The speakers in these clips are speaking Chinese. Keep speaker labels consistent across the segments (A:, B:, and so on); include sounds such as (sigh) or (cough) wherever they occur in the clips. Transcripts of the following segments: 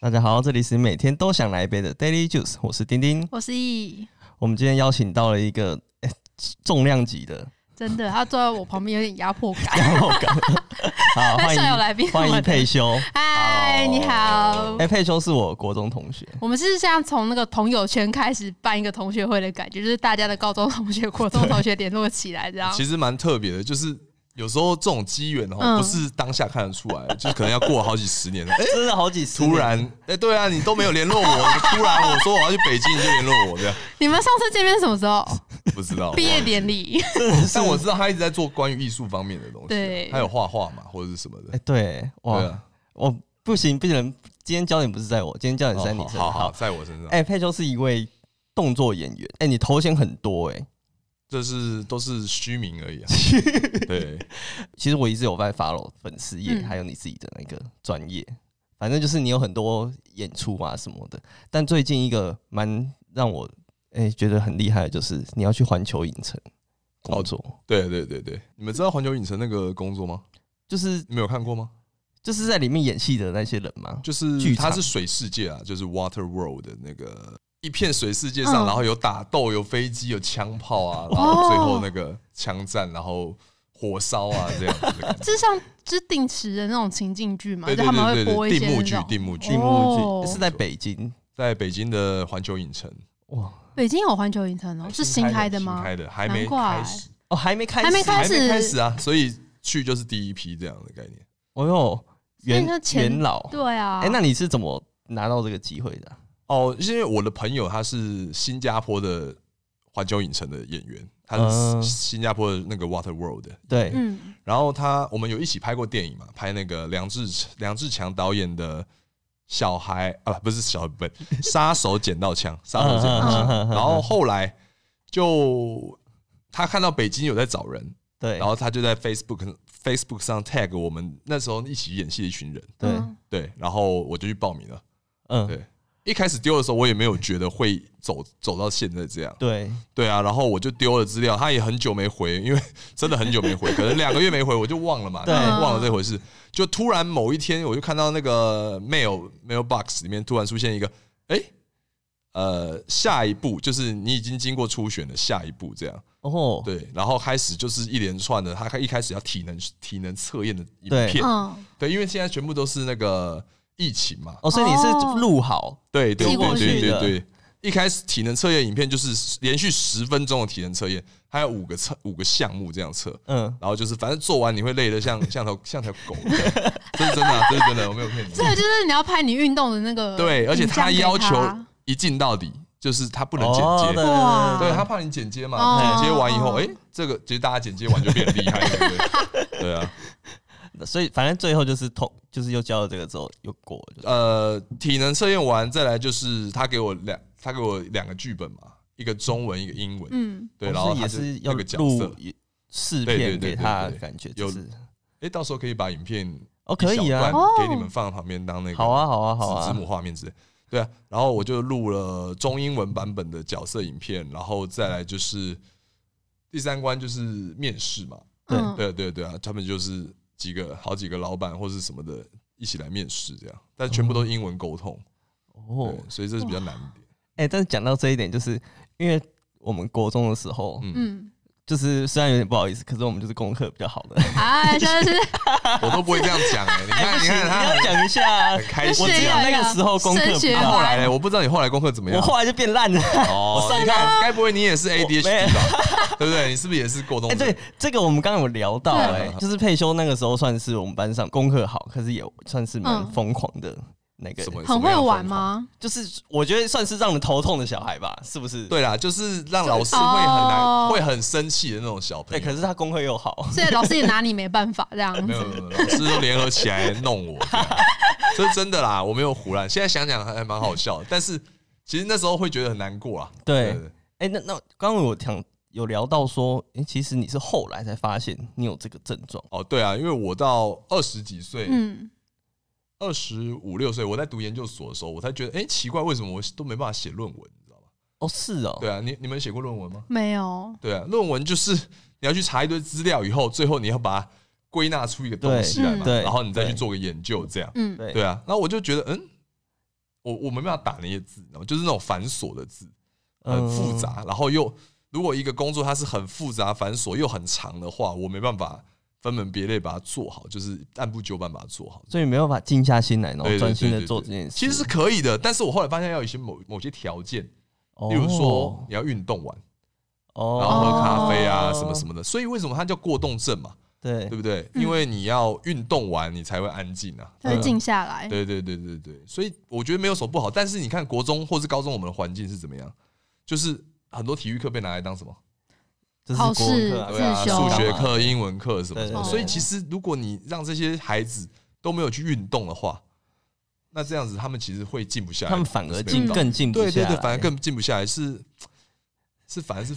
A: 大家好，这里是每天都想来一杯的 Daily Juice，我是丁丁。
B: 我是易，
A: 我们今天邀请到了一个、诶重量级
C: (laughs)
A: 的，
B: 真的，他坐在我旁边有点压迫感。
A: 然后感好
B: 那
A: 欢
B: 校友
A: 迎
B: 来宾，
A: 欢迎佩修。
B: 嗨，你好
A: 哎、。佩修是我国中同学，
B: 我们是像从那个朋友圈开始办一个同学会的感觉，就是大家的高中同学、国中同学联络起来，这样。
C: 其实蛮特别的，就是有时候这种机缘
B: 嗯
C: 哦，不是当下看得出来， (laughs) 就是可能要过好几十年。哎，
A: 真的好几次
C: 突然，
B: (laughs)
C: 哎、对啊，你都没有联络我，突然我说我要去北京，你就联络我，这样
B: 你们上次见面是什么时候？
C: 不知道。
B: 毕业典礼。
C: 但我知道他一直在做关于艺术方面的东西，啊
B: 对
C: 他有画画嘛，或者是什么
A: 哎、
C: 的。
A: 对，哇，
C: 对啊，
A: 我不行，不能。今天焦点不是在我，今天焦点是在你
C: 哦
A: 身
C: 好
A: 上。
C: 好好，在我身上，
A: 哎、佩修是一位动作演员。哎、你头衔很多哎、
C: 这是都是虚名而
A: (laughs)
C: 已、啊。对，
A: 其实我一直有在 follow 粉丝页，
B: 嗯
A: 还有你自己的那个专业，反正就是你有很多演出啊什么的。但最近一个蛮让我哎、觉得很厉害的，就是你要去环球影城工作，
C: 对对对对，你们知道环球影城那个工作吗？
A: 就是
C: 你们有看过吗？
A: 就是在里面演戏的那些人嘛。
C: 就是
A: 剧场
C: 它是水世界啊，就是 Water World 的那个一片水世界上，
B: 嗯哦
C: 然后有打斗、有飞机、有枪炮啊，然后最后那个枪战，然后火烧啊这样子的
B: (laughs)
C: 感觉。
B: 是像就是定时的那种情境剧嘛，
C: 对
B: 就
C: 对
B: 他们
C: 对
B: 会
C: 对
B: 播
C: 对，
B: 一
C: 定
B: 些
C: 目
B: 那
C: 剧，
B: 种。
C: 定目剧
A: 进幕
B: 哦
A: 剧是在北京
C: 在北京的环球影城，
A: 哇
B: 北京有环球影城哦，是新开的吗
C: 新？开的，还没
B: 难怪
C: 开始，
A: 哦还没开始，
B: 还没开
C: 还
B: 始
C: 没开始啊，所以去就是第一批这样的概念。
A: 哦哟元
B: 所以是前
A: 元老
B: 对啊。
A: 哎、那你是怎么拿到这个机会的啊、
C: 哦，是因为我的朋友他是新加坡的环球影城的演员，他
A: 嗯
C: 是新加坡的那个 Water World 的
A: 对，
B: 嗯，
C: 然后他我们有一起拍过电影嘛，拍那个梁志梁志强导演的《小孩》啊，不是小不是杀手捡到枪，杀手捡到
B: 嗯嗯
A: 嗯嗯嗯
C: 枪。然后后来就他看到北京有在找人，
A: 对，
C: 然后他就在 Facebook Facebook 上 tag 我们那时候一起演戏的一群人，
A: 对，
B: 嗯
C: 对，然后我就去报名了。
A: 嗯，
C: 对，一开始丢的时候我也没有觉得会走走到现在这样，
A: 对，
C: 对啊，然后我就丢了资料，他也很久没回，因为真的很久没回，可能两个月没回，我就忘了嘛，
A: 对
C: 忘了这回事。就突然某一天，我就看到那个 mail mail box 里面突然出现一个，哎、呃，下一步就是你已经经过初选的下一步这样，
A: 哦，
C: 对，然后开始就是一连串的，他开一开始要体能体能测验的影
A: 对
C: 片，
B: 嗯，
C: 对，因为现在全部都是那个疫情嘛，
A: 哦，所以你是
B: 哦
A: 录好，
C: 对对
B: 寄过
C: 对
B: 去
C: 对
A: 的
C: 对对。一开始体能测验影片就是连续十分钟的体能测验，还有五个测五个项目这样测，
A: 嗯，
C: 然后就是反正做完你会累得像像条像条狗一样，这是真的、啊，这是真的，我没有骗你
B: 这。个就是你要拍你运动的那个影像给，
C: 对，而且他要求一进到底，就是他不能剪
A: 哦
C: 接，
B: 哇
C: 对他怕你剪接嘛，
B: 哦
C: 剪接完以后，
B: 哦
C: 哎，这个其实大家剪接完就变得厉害，对不对？对啊，
A: 所以反正最后就是通，就是又交了这个之后又过了，就是
C: 呃，体能测验完，再来就是他给我两他给我两个剧本嘛，一个中文，一个英文，
B: 嗯，
C: 对，
A: 哦
C: 然后
A: 所以也
C: 他就是
A: 要
C: 那个角色
A: 录。试
C: 对
A: 片
C: 对对
A: 给
C: 对
A: 他，
C: 对
A: 感觉就
C: 有
A: 是
C: 哎、到时候可以把影片
A: 哦，
C: 一
A: 可
C: 小
A: 以啊，
C: 段给
B: 哦
C: 你们放在旁边当那个
A: 好啊，好啊，好
C: 字字
A: 啊，
C: 幕画面之类。对啊，然后我就录了中英文版本的角色影片，然后再来就是第三关就是面试嘛，
A: 对
B: 嗯
C: 对对对啊，他们就是几个好几个老板或是什么的一起来面试这样，但全部都是英文沟通，
A: 哦
C: 对，，所以这是比较难一点。
A: 哎，但是讲到这一点，就是因为我们国中的时候，
C: 嗯，
B: 嗯，
A: 就是虽然有点不好意思，可是我们就是功课比较好的，
C: (laughs)
B: 哎，真的是
C: 我都不会这样讲哎、你看你看
A: 你要
C: 他
A: 讲一下啊
C: 很，
B: (laughs)
C: 开心
A: 我
B: 学
A: 只
C: 这
A: 有
C: 样。
A: 那个时候功课
B: 升
A: 比
B: 学
A: 较
C: 后
A: 好，
C: 来呢？我不知道你后来功课怎么
A: 我
C: 样。
A: 后来就变烂了。
C: 哦
A: (laughs) 我，上
C: 你看，该不会你也是 ADHD 吧？ (laughs) 对不对？你是不是也是过动
A: 哎，
C: 症？
A: 对，这个我们刚刚有聊到，
B: 对
A: 哎，就是佩修那个时候算是我们班上功课好，可是也算是蛮
B: 嗯
A: 疯狂的那个
C: 什么
B: 很会玩？吗？
A: 就是我觉得算是让人头痛的小孩吧，是不是？
C: 对啦，就是让老师会很难、
B: 哦
C: 会很生气的那种小朋
A: 对，
C: 友。
A: 哎可是他功课又好，
B: 所以老师也拿你没办法这样
C: 没有没
B: 子。
C: 有，没有老师都联合起来
A: (laughs)
C: 弄我，这样这是真的啦，我没有胡乱。现在想想还还蛮好笑的，但是其实那时候会觉得很难过啊。
A: 对哎、那那刚刚我讲有聊到说，哎、其实你是后来才发现你有这个症状，
C: 哦对啊，因为我到二十几岁，
B: 嗯，
C: 二十五六岁，我在读研究所的时候，我才觉得，哎、奇怪，为什么我都没办法写论文，你知道吗？
A: 哦，是哦，
C: 对啊，你你们写过论文吗？
B: 没有。
C: 对啊，论文就是你要去查一堆资料以后，最后你要把它归纳出一个东西来嘛，
A: 对嗯
C: 然后你再去
A: 对
C: 做个研究，这样。啊
B: 嗯，
A: 对
C: 对啊，那我就觉得，嗯，我我没办法打那些字，然后就是那种繁琐的字，
A: 嗯
C: 很复杂，然后又如果一个工作它是很复杂、繁琐又很长的话，我没办法分门别类把它做好，就是按部就班把它做好。
A: 所以没办法静下心来，然后
C: 对对
A: 专心
C: 对
A: 的
C: 对
A: 做
C: 对
A: 这件事。
C: 其实是可以的，但是我后来发现要有一些某某些条件，
A: 哦，
C: 例如说你要运动完，
A: 哦，
C: 然后喝咖啡啊
A: 哦
C: 什么什么的。所以为什么它叫过动症嘛？
A: 对
C: 对不对？
B: 嗯
C: 因为你要运动完，你才会安静啊。
B: 才会静下来。
C: 对对对对对，所以我觉得没有什么不好。但是你看国中或是高中，我们的环境是怎么样？就是很多体育课被拿来当什么？
A: 这是
B: 考
A: 国文
B: 试
A: 课啊
C: 对啊，
B: 自修
C: 数学课、英文课什么
A: 对对
C: 什么。
B: 对
C: 所以
B: 对
C: 其实如果你让这些孩子都没有去运动的话，那这样子他们其实会静不下来。
A: 他们反而
C: 是没
A: 静
C: 有
A: 更静不下
C: 对
A: 来，
C: 对对，反而更静不下来，是是反而是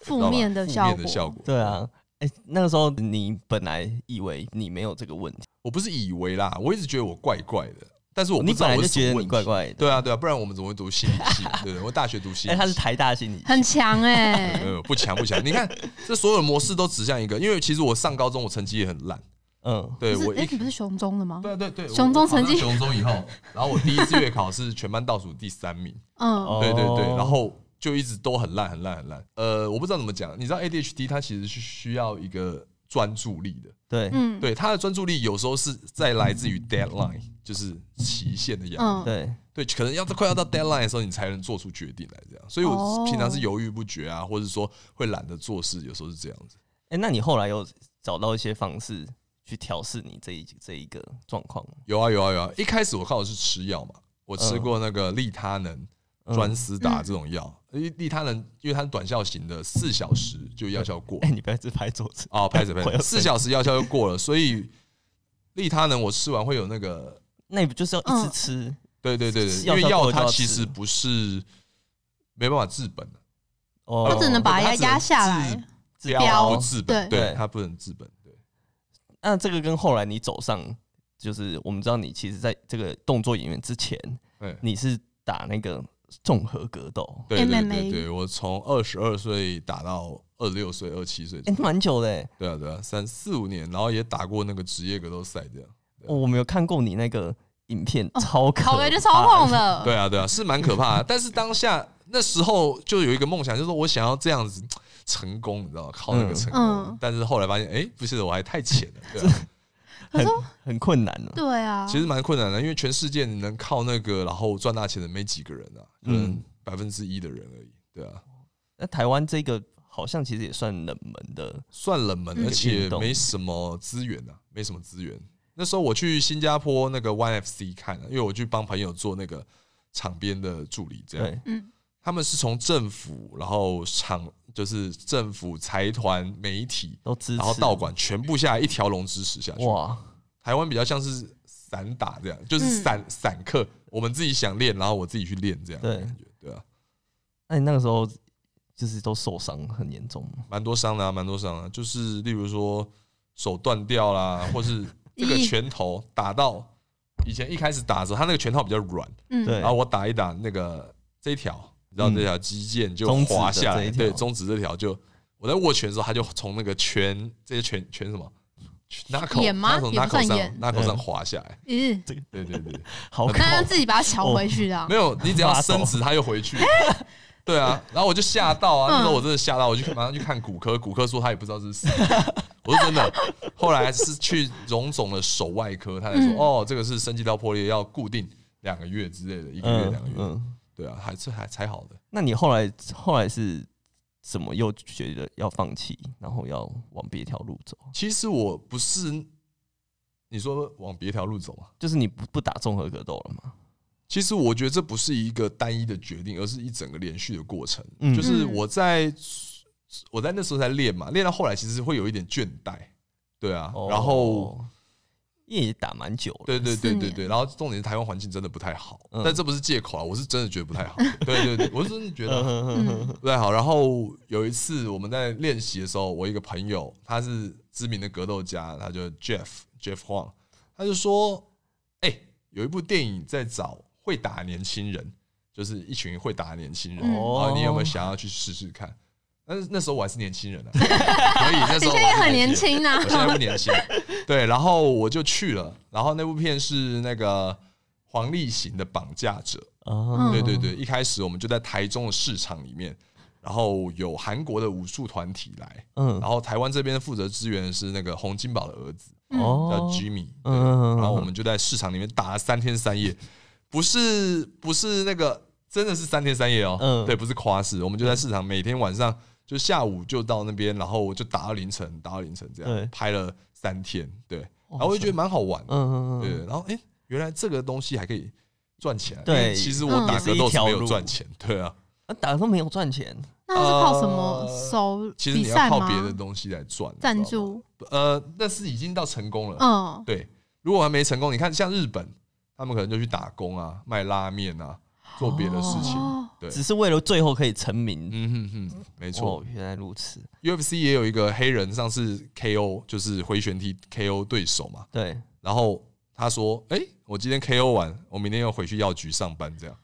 B: 负面的
C: 负
B: 效
C: 面
B: 果，
C: 的效果。
A: 对啊。哎、那个时候你本来以为你没有这个问题，
C: 我不是以为啦，我一直觉得我怪怪的，但是我不
A: 你
C: 知道
A: 本来
C: 我
A: 就是
C: 什
A: 觉
C: 么
A: 得
C: 问
A: 你
C: 题
A: 怪怪的。
C: 对啊，对啊，不然我们怎么会读心理系？对不对，我大学读心
A: 哎、
C: 理
A: 他是
C: 系，
A: 台大心理系，
B: 很
C: (laughs)
B: 强哎、
C: 没有不强不强。你看，这所有的模式都指向一个，因为其实我上高中我成绩也很烂，
A: 嗯，
C: 对
B: 不是
C: 我
B: 哎、
C: 一
B: 你不是熊中的吗？
C: 对对对，我
B: 雄中
C: 我考上
B: 成绩
C: 雄中以后，然后我第一次月考是全班倒数第三名，
B: 嗯，
A: 哦
C: 对对对，然后就一直都很烂很烂很烂。呃，我不知道怎么讲，你知道 ADHD 它其实是需要一个专注力的，
A: 对
B: 嗯，
C: 对，它的专注力有时候是在来自于 deadline，就是期限的压力。
B: 嗯，
A: 对，
C: 对，可能要快要到 deadline 的时候，你才能做出决定来这样。所以我
B: 哦
C: 平常是犹豫不决啊，或者说会懒得做事，有时候是这样子。
A: 哎、那你后来有找到一些方式去调试你这一这一个状况吗？
C: 有啊有啊有啊！一开始我靠的是吃药嘛，我吃过那个利他能、
A: 嗯 (laughs)
C: 专司达这种药，因为利他能因为它是短效型的，四小时就药效过
A: 哎、你不要只拍桌
C: (laughs)
A: 子，
C: 哦，拍着
A: (laughs)
C: 拍
A: 我要
C: 着，四小时药效就过了，所以利他能我吃完会有那个，
A: 那你不就是要一直吃？
C: 对对对对，因
A: 药效
C: 为
A: 过
C: 药
A: 了就
C: 它
A: 要
C: 其
A: 吃
C: 实不是没办法治本的，
A: 哦，
B: 他只能把它
C: 它只能
B: 压下来
C: 治。
A: 治
B: 标
C: 不治本，
A: 对
C: 对，它不能治本，对。
A: 那这个跟后来你走上，就是我们知道你其实在这个动作演员之前，
C: 对
A: 你是打那个综合格斗，
C: 对对
B: MMA
C: 对对，我从二十二岁打到二十六岁、二七岁，
A: 哎、蛮久的、欸。
C: 对啊对啊，三四五年，然后也打过那个职业格斗赛这样。
A: 哦我没有看过你那个影片，
B: 哦
A: 超可
B: 考感就超
A: 怕
B: 猛的，
C: (laughs) 对啊对啊，是蛮可怕的。但是当下那时候就有一个梦想，就是说我想要这样子成功，你知道吗？靠那个成功。
B: 嗯
C: 但是后来发现，哎、不是，我还太浅了。对、啊，
A: 很很困难了。
B: 对啊，
C: 其实蛮困难的，因为全世界你能靠那个然后赚大钱的没几个人啊，嗯
A: 嗯，
C: 百分之一的人而已。对啊，
A: 那台湾这个好像其实也算冷门的，
C: 算冷门，
B: 嗯
C: 而且
A: 运动
C: 没什么资源啊，没什么资源。那时候我去新加坡那个 YFC 看、啊，因为我去帮朋友做那个场边的助理，这样
A: 对，
B: 嗯，
C: 他们是从政府，然后场就是政府、财团、媒体，
A: 都支持。
C: 然后道馆全部下来一条龙支持下去。
A: 哇，
C: 台湾比较像是散打这样，就是
B: 嗯
C: 散、散客，我们自己想练，然后我自己去练这样的
A: 对
C: 感觉，对啊，
A: 那你那个时候就是都受伤很严重吗？
C: 蛮多伤的、啊，蛮多伤的、啊，就是例如说手断掉啦，或是这个
B: 咦
C: 拳头打到以前一开始打的时候，他那个拳套比较软，
B: 嗯，
A: 对
C: 然后啊我打一打那个这一条，你知道这条肌腱就
A: 中指的
C: 滑
A: 这
C: 下来，
A: 一条
C: 对，中指这条就我在握拳的时候，他就从那个拳这些拳拳什么。拿口，
B: 眼吗
C: 拿口，
B: 也不
C: 拿口
B: 算
C: 上，
B: 眼
C: 拿口上
A: 嗯
C: 滑下来。
B: 咦，
C: 对对对，
A: 好可
B: 那要自己把它抢回去的啊
C: 哦 (laughs) 没，有，你只要伸直，它又回
B: (laughs)
C: 去。对啊，然后我就吓到啊！
B: 嗯
C: 那时候我真的吓到，我就马上去看骨科，骨科说他也不知道这是什么。 (laughs) 我说真的，后来是去荣总的手外科，他才说、
B: 嗯
C: 哦，这个是生肌道破裂，要固定两个月之类的，一个月两个月。
A: 嗯，
C: 对啊，还是还才好的。
A: 那你后来后来是怎么又觉得要放弃，然后要往别条路走？
C: 其实我不是，你说往别条路走嘛？
A: 就是你不不打综合格斗了吗？
C: 其实我觉得这不是一个单一的决定，而是一整个连续的过程。
A: 嗯
C: 就是我在我在那时候在练嘛，练到后来其实会有一点倦怠，对啊。然后
A: 哦因为也打蛮久了，
C: 对对对
B: 四
C: 对
B: 年
C: 对，然后重点是台湾环境真的不太好，
A: 嗯
C: 但这不是借口啊，我是真的觉得不太好。对对对，我是真的觉得
A: 嗯，
C: 不太好。然后有一次我们在练习的时候，我一个朋友他是知名的格斗家，他就 Jeff Jeff Huang，他就说：“哎、有一部电影在找会打的年轻人，就是一群会打的年轻人，然
B: 嗯
C: 后你有没有想要去试试看？”但是那时候我还是年轻人啊，所以那时
B: 你现
C: 候我
B: 在也
C: 还是
B: 很年
C: 年轻人。
B: 轻啊
C: 我，现在不年轻，对，然后我就去了，然后那部片是那个黄立行的《绑架者》。
A: 啊，
C: 对对对，一开始我们就在台中的市场里面，然后有韩国的武术团体来，
A: 嗯
C: 然后台湾这边负责支援的是那个洪金宝的儿子
B: 嗯
C: 叫
A: 哦，
C: Jimmy，
A: 嗯嗯嗯
C: 然后我们就在市场里面打了三天三夜，不是不是那个真的是三天三夜哦，
A: 嗯
C: 对，不是夸饰，我们就在市场每天晚上就下午就到那边，然后就打到凌晨，打到凌晨这
A: 对
C: 样拍了三天，对，
A: 哇
C: 然后我就觉得蛮好玩的，
A: 嗯嗯
C: 对，
A: 嗯，
C: 然后哎、诶原来这个东西还可以赚钱啊，
A: 对
C: 因为其实我打
B: 嗯
C: 格斗是没有赚钱，对啊，
A: 啊打都没有赚钱，
B: 那是靠什么收
C: 呃其实
B: 比
C: 你要
B: 赛
C: 靠
B: 吗？
C: 别的东西来赚
B: 赞，
C: 你知道吗
B: 助？
C: 呃，但是已经到成功了，
B: 嗯，
C: 对，如果还没成功，你看像日本，他们可能就去打工啊，卖拉面啊，做别的事情。
B: 哦
C: 对
A: 只是为了最后可以成名。
C: 嗯哼哼，没错、
A: 哦，原来如此。
C: u f c 也有一个黑人，上次 KO 就是回旋踢 KO 对手嘛，
A: 对，
C: 然后他说：“哎、我今天 KO 完，我明天要回去药局上班。”这样，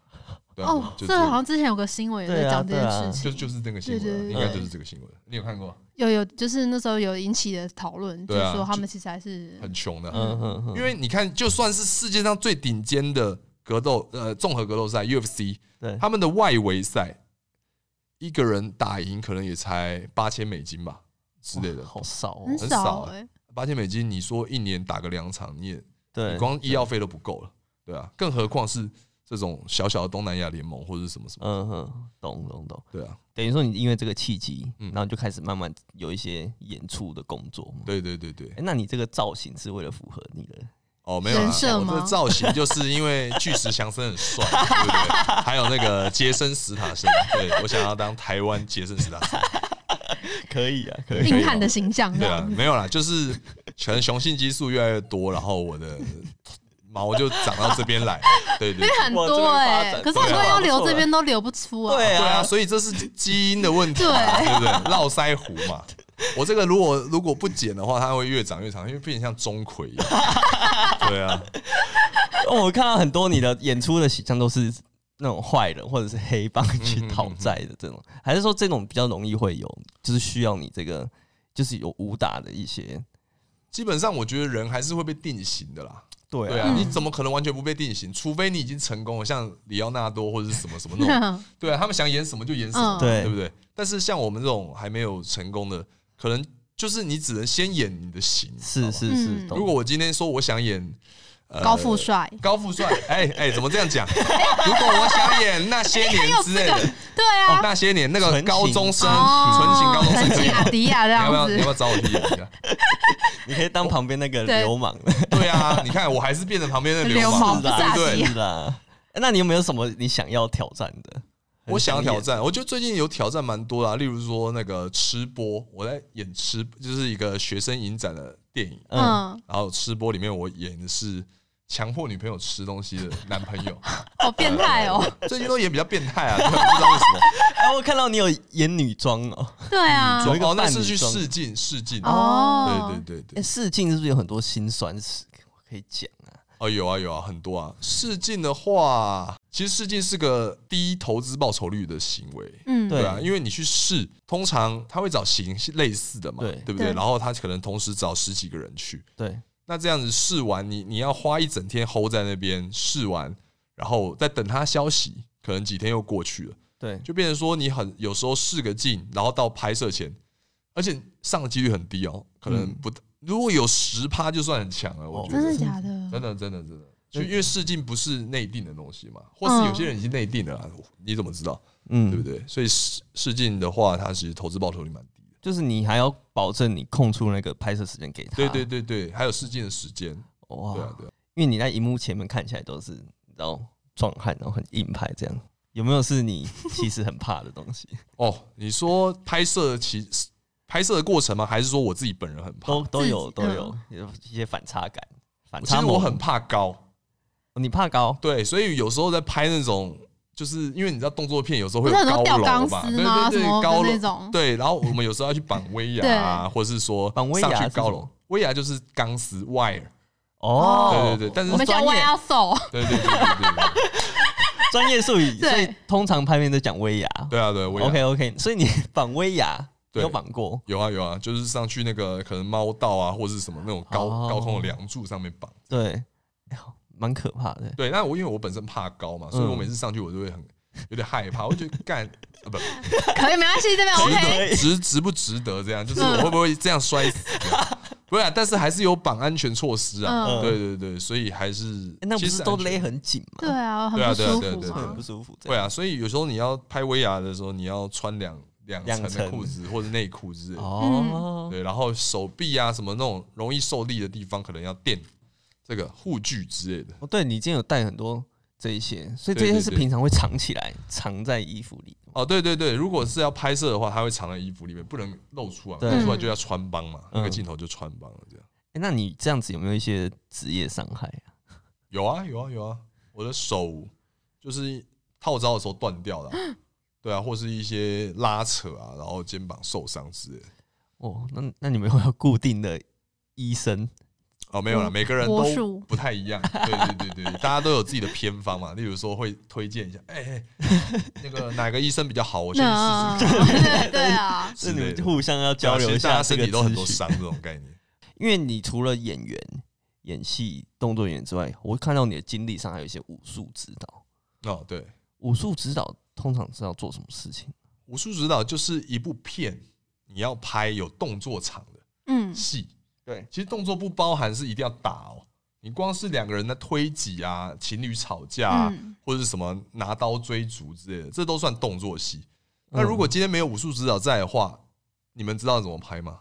C: 对啊、
B: 哦，
C: 就
B: 这
C: 是
B: 个好像之前有个新闻也在讲这
A: 对啊对啊
B: 件事
C: 就
B: 情，
C: 就是那个新闻
B: 对
C: 啊、
B: 对对
C: 应该
A: 对
C: 就是这个新闻，你有看过？
B: 有有就是那时候有引起的讨论，就
C: 对啊
B: 是说他们其实还是
C: 很穷的，
A: 嗯嗯嗯，
C: 因为你看，就算是世界上最顶尖的格斗呃综合格斗赛 UFC，
A: 对，
C: 他们的外围赛，一个人打赢可能也才八千美金吧之类的嗯
A: 哇，好少哦
B: 很。
C: 很少
B: 少哎，
C: 八千美金，你说一年打个两场，你也
A: 对
C: 你，光医药费都不够了，对啊，更何况是这种小小的东南亚联盟或者是什么什么，
A: 嗯哼，懂懂懂。
C: 对啊，
A: 等于说你因为这个契机，
C: 嗯
A: 然后你就开始慢慢有一些演出的工作嘛。
C: 对对对对，
A: 哎，那你这个造型是为了符合你
C: (laughs)
A: 的
C: 哦，没有啦，
B: 人设
C: 我这
B: 吗
C: 个造型就是因为巨石强森很帅，对
B: (laughs)
C: 不对？还有那个杰森·史塔森，对我想要当台湾杰森·史塔森，
A: 可以啊，可
B: 硬汉的形象这
C: 对啊
B: 样，，
C: 没有啦，就是可能雄性激素越来越多，然后我的毛就长到这边来，对对对
B: 很
A: 往这边
B: 多
A: 发
B: 哎
A: 展，
B: 可是很多要
A: 对啊
B: 留这边都留不出啊，
A: 对
C: 对啊，
A: 啊，
C: 所以这是基因的问题嘛，
B: 对
C: 对不对？络腮胡嘛，我这个如果如果不剪的话，它会越长越长，因为变成像钟馗
B: (laughs)
C: 一样。对啊，
A: 哦我看到很多你的演出的形象都是那种坏人或者是黑帮
C: 嗯
A: 去讨债的这种，还是说这种比较容易会有，就是需要你这个就是有武打的一些
C: 基本上我觉得人还是会被定型的啦。
A: 对
C: 对啊，
B: 嗯
C: 你怎么可能完全不被定型？除非你已经成功了，像里奥纳多或者是什么什么那种。 (laughs)
B: 嗯
C: 对啊，他们想演什么就演什么，
B: 嗯
A: 对
C: 对不对？但是像我们这种还没有成功的，可能就是你只能先演你的型。你
A: 是
C: 知道吗
A: 是是，
B: 嗯
A: 懂
C: 如果我今天说我想演、呃
B: (laughs) 高富帅，
C: 高富帅，哎、哎、怎么这样讲？ (laughs) 如果我想演那些年之类的，哦
B: 对啊，
C: 那些年那个
A: 纯情
C: 高中生，
B: 哦
C: 纯情高中生可
B: 纯
C: 以
B: 情
C: 吗
B: 阿？迪亚这
C: 你要不
B: 样
C: (laughs) 要你要
B: 子，
C: 不要找我去演一下？
A: 你可以当旁边那个
B: 对
A: 流氓
C: 对啊，你看我还是变成旁边的流
B: 流
C: 氓
A: (laughs)
B: 氓，
A: 是啦
B: 不
C: 是阿
B: 迪
A: 是啦。哎那你有没有什么你想要挑战的？
C: 我想要
A: 很
C: 挑
A: 演，
C: 战，我觉得最近有挑战蛮多啦、例如说那个吃播，我在演吃，就是一个学生影展的电影，
A: 嗯，
B: 嗯，
C: 然后吃播里面我演的是强迫女朋友吃东西的男朋友，
B: 好变态哦，
C: 最近都演比较变态啊， (laughs) 对不知道为什么。
A: 哎，我看到你有演女装哦，
B: 对啊，
A: 有一个
C: 哦，那
A: 伴
C: 是
A: 侣
C: 去
A: 装
C: 试镜，试镜，
B: 哦，
C: 对对对对
A: 哎，，试镜是不是有很多辛酸史可以讲啊？
C: 哦，有啊有啊，很多啊。试镜的话，其实试镜是个低投资报酬率的行为。
B: 嗯，
A: 对
C: 对啊，因为你去试，通常他会找型类似的嘛，
A: 对
C: 不对？
B: 对
C: 然后他可能同时找十几个人去，
A: 对，
C: 那这样子试完，你你要花一整天 hold 在那边试完，然后再等他消息，可能几天又过去了，
A: 对，
C: 就变成说你很有时候试个镜，然后到拍摄前，而且上的几率很低哦，可能
A: 嗯
C: 不，如果有十趴就算很强了，我
A: 哦
C: 觉
B: 真
C: 得
B: 的假的？
C: 真的，真的，真的，嗯就
A: 对
C: 因为试镜不是内定的东西嘛，或是有些人已经内定了啦，你怎么知道，
A: 嗯
C: 对不对？所以试试镜的话，它其实投资报酬率蛮低的。
A: 就是你还要保证你空出那个拍摄时间给他。
C: 对对，对对，还有试镜的时间，
A: 哇，
C: 对啊对啊。
A: 因为你在荧幕前面看起来都是你知道壮汉，然后很硬派这样，有没有是你其实很怕的东西？
C: 哦，你说拍摄其拍摄的过程吗？还是说我自己本人很 (laughs) 怕？
A: 都都有都
B: 自己嗯
A: 有有一些反差感，反
C: 其
A: 差
C: 实
A: 萌。哦
C: 我很怕高，
A: 你怕高，
C: 对，所以有时候在拍那种，就是因为你知道动作片有时候
B: 不
C: 会
B: 是很
C: 有高
B: 多吊钢
C: 楼
B: 丝
C: 嘛，
B: 吗？
C: 对对
B: 什么
C: 对，高
B: 的那
C: 楼
B: 种？
C: 对，然后我们有时候要去绑威亚啊，或是说
A: 绑威亚
C: 上去
A: 是
C: 高
A: 什
C: 楼
A: 么，
C: 威亚就是钢丝 wire，
A: 哦
C: 对，对对，但是
B: 我们叫
C: 专业
B: 弯腰手，
C: 对对对对对，
A: (laughs) 专业术语，所
B: 对
A: 以通常拍片都讲威亚。
C: 对啊对，我也
A: OK OK，所以你绑威亚，你
C: 对
A: 有绑过？
C: 有啊有啊，就是上去那个可能猫道啊，或是什么那种高
A: 哦
C: 高空的梁柱上面绑，
A: 对，哎呦蛮可怕的。
C: 对，那我因为我本身怕高嘛，所以我每次上去我就会
A: 嗯
C: 很有点害怕，我就觉得干 (laughs) 啊不
B: (laughs) 可以，没关系，这边
C: 值
B: OK。
C: 得值值不值得这样？就是我会不会这样摔死？不是、啊，但是还是有绑安全措施啊。
A: 嗯
C: 对对对，所以还是
A: 欸那不
C: 其实
A: 是都
C: 安全
A: 勒很紧吗？
B: 对啊，很
C: 对啊
B: 不
C: 对啊
B: 舒
C: 对啊
B: 服
C: 对啊
A: 会
B: 嘛
A: 很不。舒服。
C: 会啊，所以有时候你要拍威亚的时候，你要穿两两
A: 两
C: 层的
A: 层
C: 裤子或者内裤之类的。
A: 哦，
C: 啊对，然后手臂啊什么那种容易受力的地方，可能要垫这个护具之类的。
A: 哦，对你今天有带很多这一些，所以这
C: 对
A: 些
C: 对
A: 是
C: 对
A: 平常会藏起来，藏在衣服里。
C: 哦，对对对，如果是要拍摄的话，它会藏在衣服里面，不能露出来，
A: 对
C: 露出来就要穿帮嘛，那个
A: 嗯
C: 镜头就穿帮了这样。
A: 欸那你这样子有没有一些职业伤害啊？
C: 有啊有啊有啊，我的手就是套招的时候断掉了啊、对啊，或是一些拉扯啊，然后肩膀受伤之类的。
A: 哦，那那你们会有固定的医生？
C: 哦，没有了，
B: 嗯
C: 每个人
B: 魔
C: 都
B: 术
C: 不太一样。对对对对，大家都有自己的偏方嘛。例如说会推荐一下，哎、哎那个哪个医生比较好，我先去
B: 那
C: 试试
B: (laughs)
C: 看。
B: 对对
C: (laughs)
B: 啊，
A: 是你
C: 之类
A: 们
C: 的啊
A: 互相要交流
C: 其
A: 一
C: 实大
A: 下
C: 家
A: 这
C: 身
A: 个
C: 体都很多
A: 资讯
C: 伤这种概念。
A: 因为你除了演员、演戏、动作演员之外，我看到你的经历上还有一些武术指导。
C: (laughs) 哦，对，
A: 武术指导通常是要做什么事情？
C: 武术指导就是一部片，你要拍有动作场的。
B: 嗯，
C: 戏。
A: 对，
C: 其实动作不包含是一定要打哦，你光是两个人的推挤啊、情侣吵架、啊
B: 嗯
C: 或者是什么拿刀追逐之类的，这都算动作戏。那
A: 嗯
C: 如果今天没有武术指导在的话，你们知道怎么拍吗？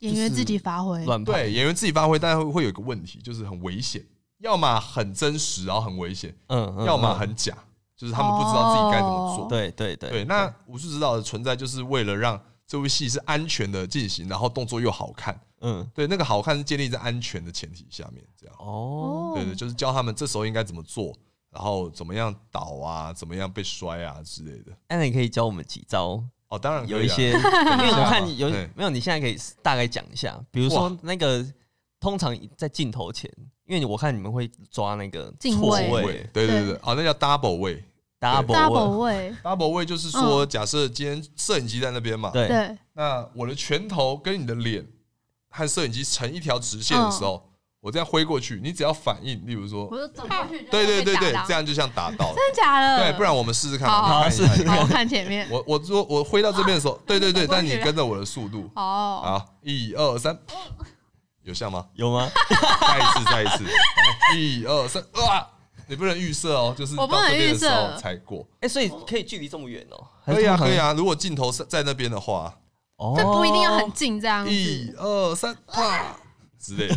B: 演员自己发挥，
A: 乱拍，
C: 对，演员自己发挥，但会会有一个问题，就是很危险，要么很真实，然后很危险，
A: 嗯，嗯
C: 要么
A: 嗯
C: 很假，就是他们不知道自己该怎么做。
A: 对对对
C: 对，那武术指导的存在就是为了让这部戏是安全的进行，然后动作又好看。
A: 嗯
C: 对，那个好看是建立在安全的前提下面，这样。
A: 哦，
C: 对对，就是教他们这时候应该怎么做，然后怎么样倒啊，怎么样被摔啊之类的。
A: 那你可以教我们几招，
C: 哦，当然可以啊
A: 有一
C: (laughs)
A: 些，因
C: 等
A: 为
C: 一下
A: 我
C: 嘛
A: 看你有
C: 对
A: 没有？你现在可以大概讲一下，比如说
C: 哇
A: 那个通常在镜头前，因为我看你们会抓那个
B: 镜
A: 错
B: 位
C: 位，对对对，哦，那叫 double 位
B: 大
A: double
B: 宝
A: 位，
B: 位，
C: ，double 位就是说，
A: 嗯
C: 假设今天摄影机在那边嘛，
A: 对，
B: 对，
C: 那我的拳头跟你的脸和摄影机成一条直线的
A: 嗯
C: 时候，我这样挥过去，你只要反应，例如说
B: 我，就走过去，
C: 对对对对，这样就像打到了，
B: (laughs) 真假的？
C: 对，不然我们试试看，
B: 好
C: 我们看一下
A: 好试试
B: 好我看前面
C: 我我做我挥到这边的时候，对对对，
B: 我也
C: 但你
B: 觉得
C: 跟着我的速度，
B: 哦，
C: 好，一二三，有像吗？
A: 有 (laughs) 吗？
C: 再一次，再一次， (laughs) 一二三，哇！你不能预设哦，就是
B: 我
C: 到
B: 不能
C: 这边
B: 预
C: 的时
B: 设
C: 候才过。
A: 哎，所以可以距离这么远哦？还
C: 可
A: 是
C: 以啊，
A: 通常
C: 可以，啊。如果镜头是在那边的话，
A: 哦，
B: 这不一定要很近这样
C: 一
B: 子，
C: 二三，啪之类的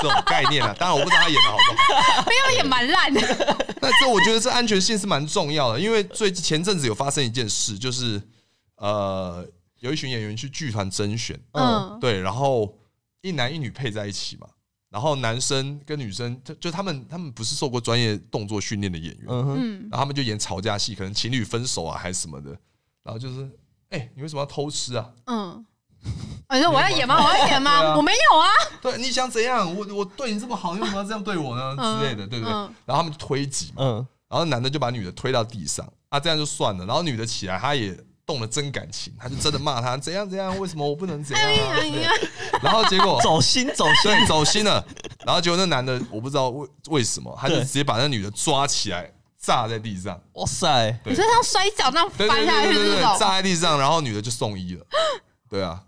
C: 这种概念啊。当然，我不知道他演的好不好。
B: 没有也蛮烂
C: (laughs)
B: 的。
C: 那这我觉得这安全性是蛮重要的，因为最前阵子有发生一件事，就是呃，有一群演员去剧团甄选，
A: 嗯
B: 嗯，
C: 对，然后一男一女配在一起嘛，然后男生跟女生，就就他们他们不是受过专业动作训练的演员，
A: 嗯哼，
B: 嗯，
C: 然后他们就演吵架戏，可能情侣分手啊还是什么的，然后就是，哎、你为什么要偷吃啊？
B: 嗯，我说我要演吗？我要演
C: 对
B: 吗？
C: 啊
B: 我没有啊，
C: 对，你想怎样？我我对你这么好，你为什么要这样对我呢？
B: 嗯
C: 之类的，对不对？
B: 嗯
C: 然后他们就推挤嘛，
A: 嗯，
C: 然后男的就把女的推到地上，啊，这样就算了，然后女的起来，她也动了真感情，她就真的骂他怎样怎样，为什么我不能怎样、啊？
B: 哎呀
C: 对然后结果
A: 走心走心，
C: 对走心了，然后结果那男的我不知道为为什么，他就
A: 对
C: 直接把那女的抓起来炸在地上。
A: 哇塞，
C: 对
B: 你说像摔跤那样
C: 对
B: 翻
C: 对
B: 下
C: 对
B: 去
C: 对
B: 这
C: 对，
B: 种，
C: 炸在地上，然后女的就送医了。对啊，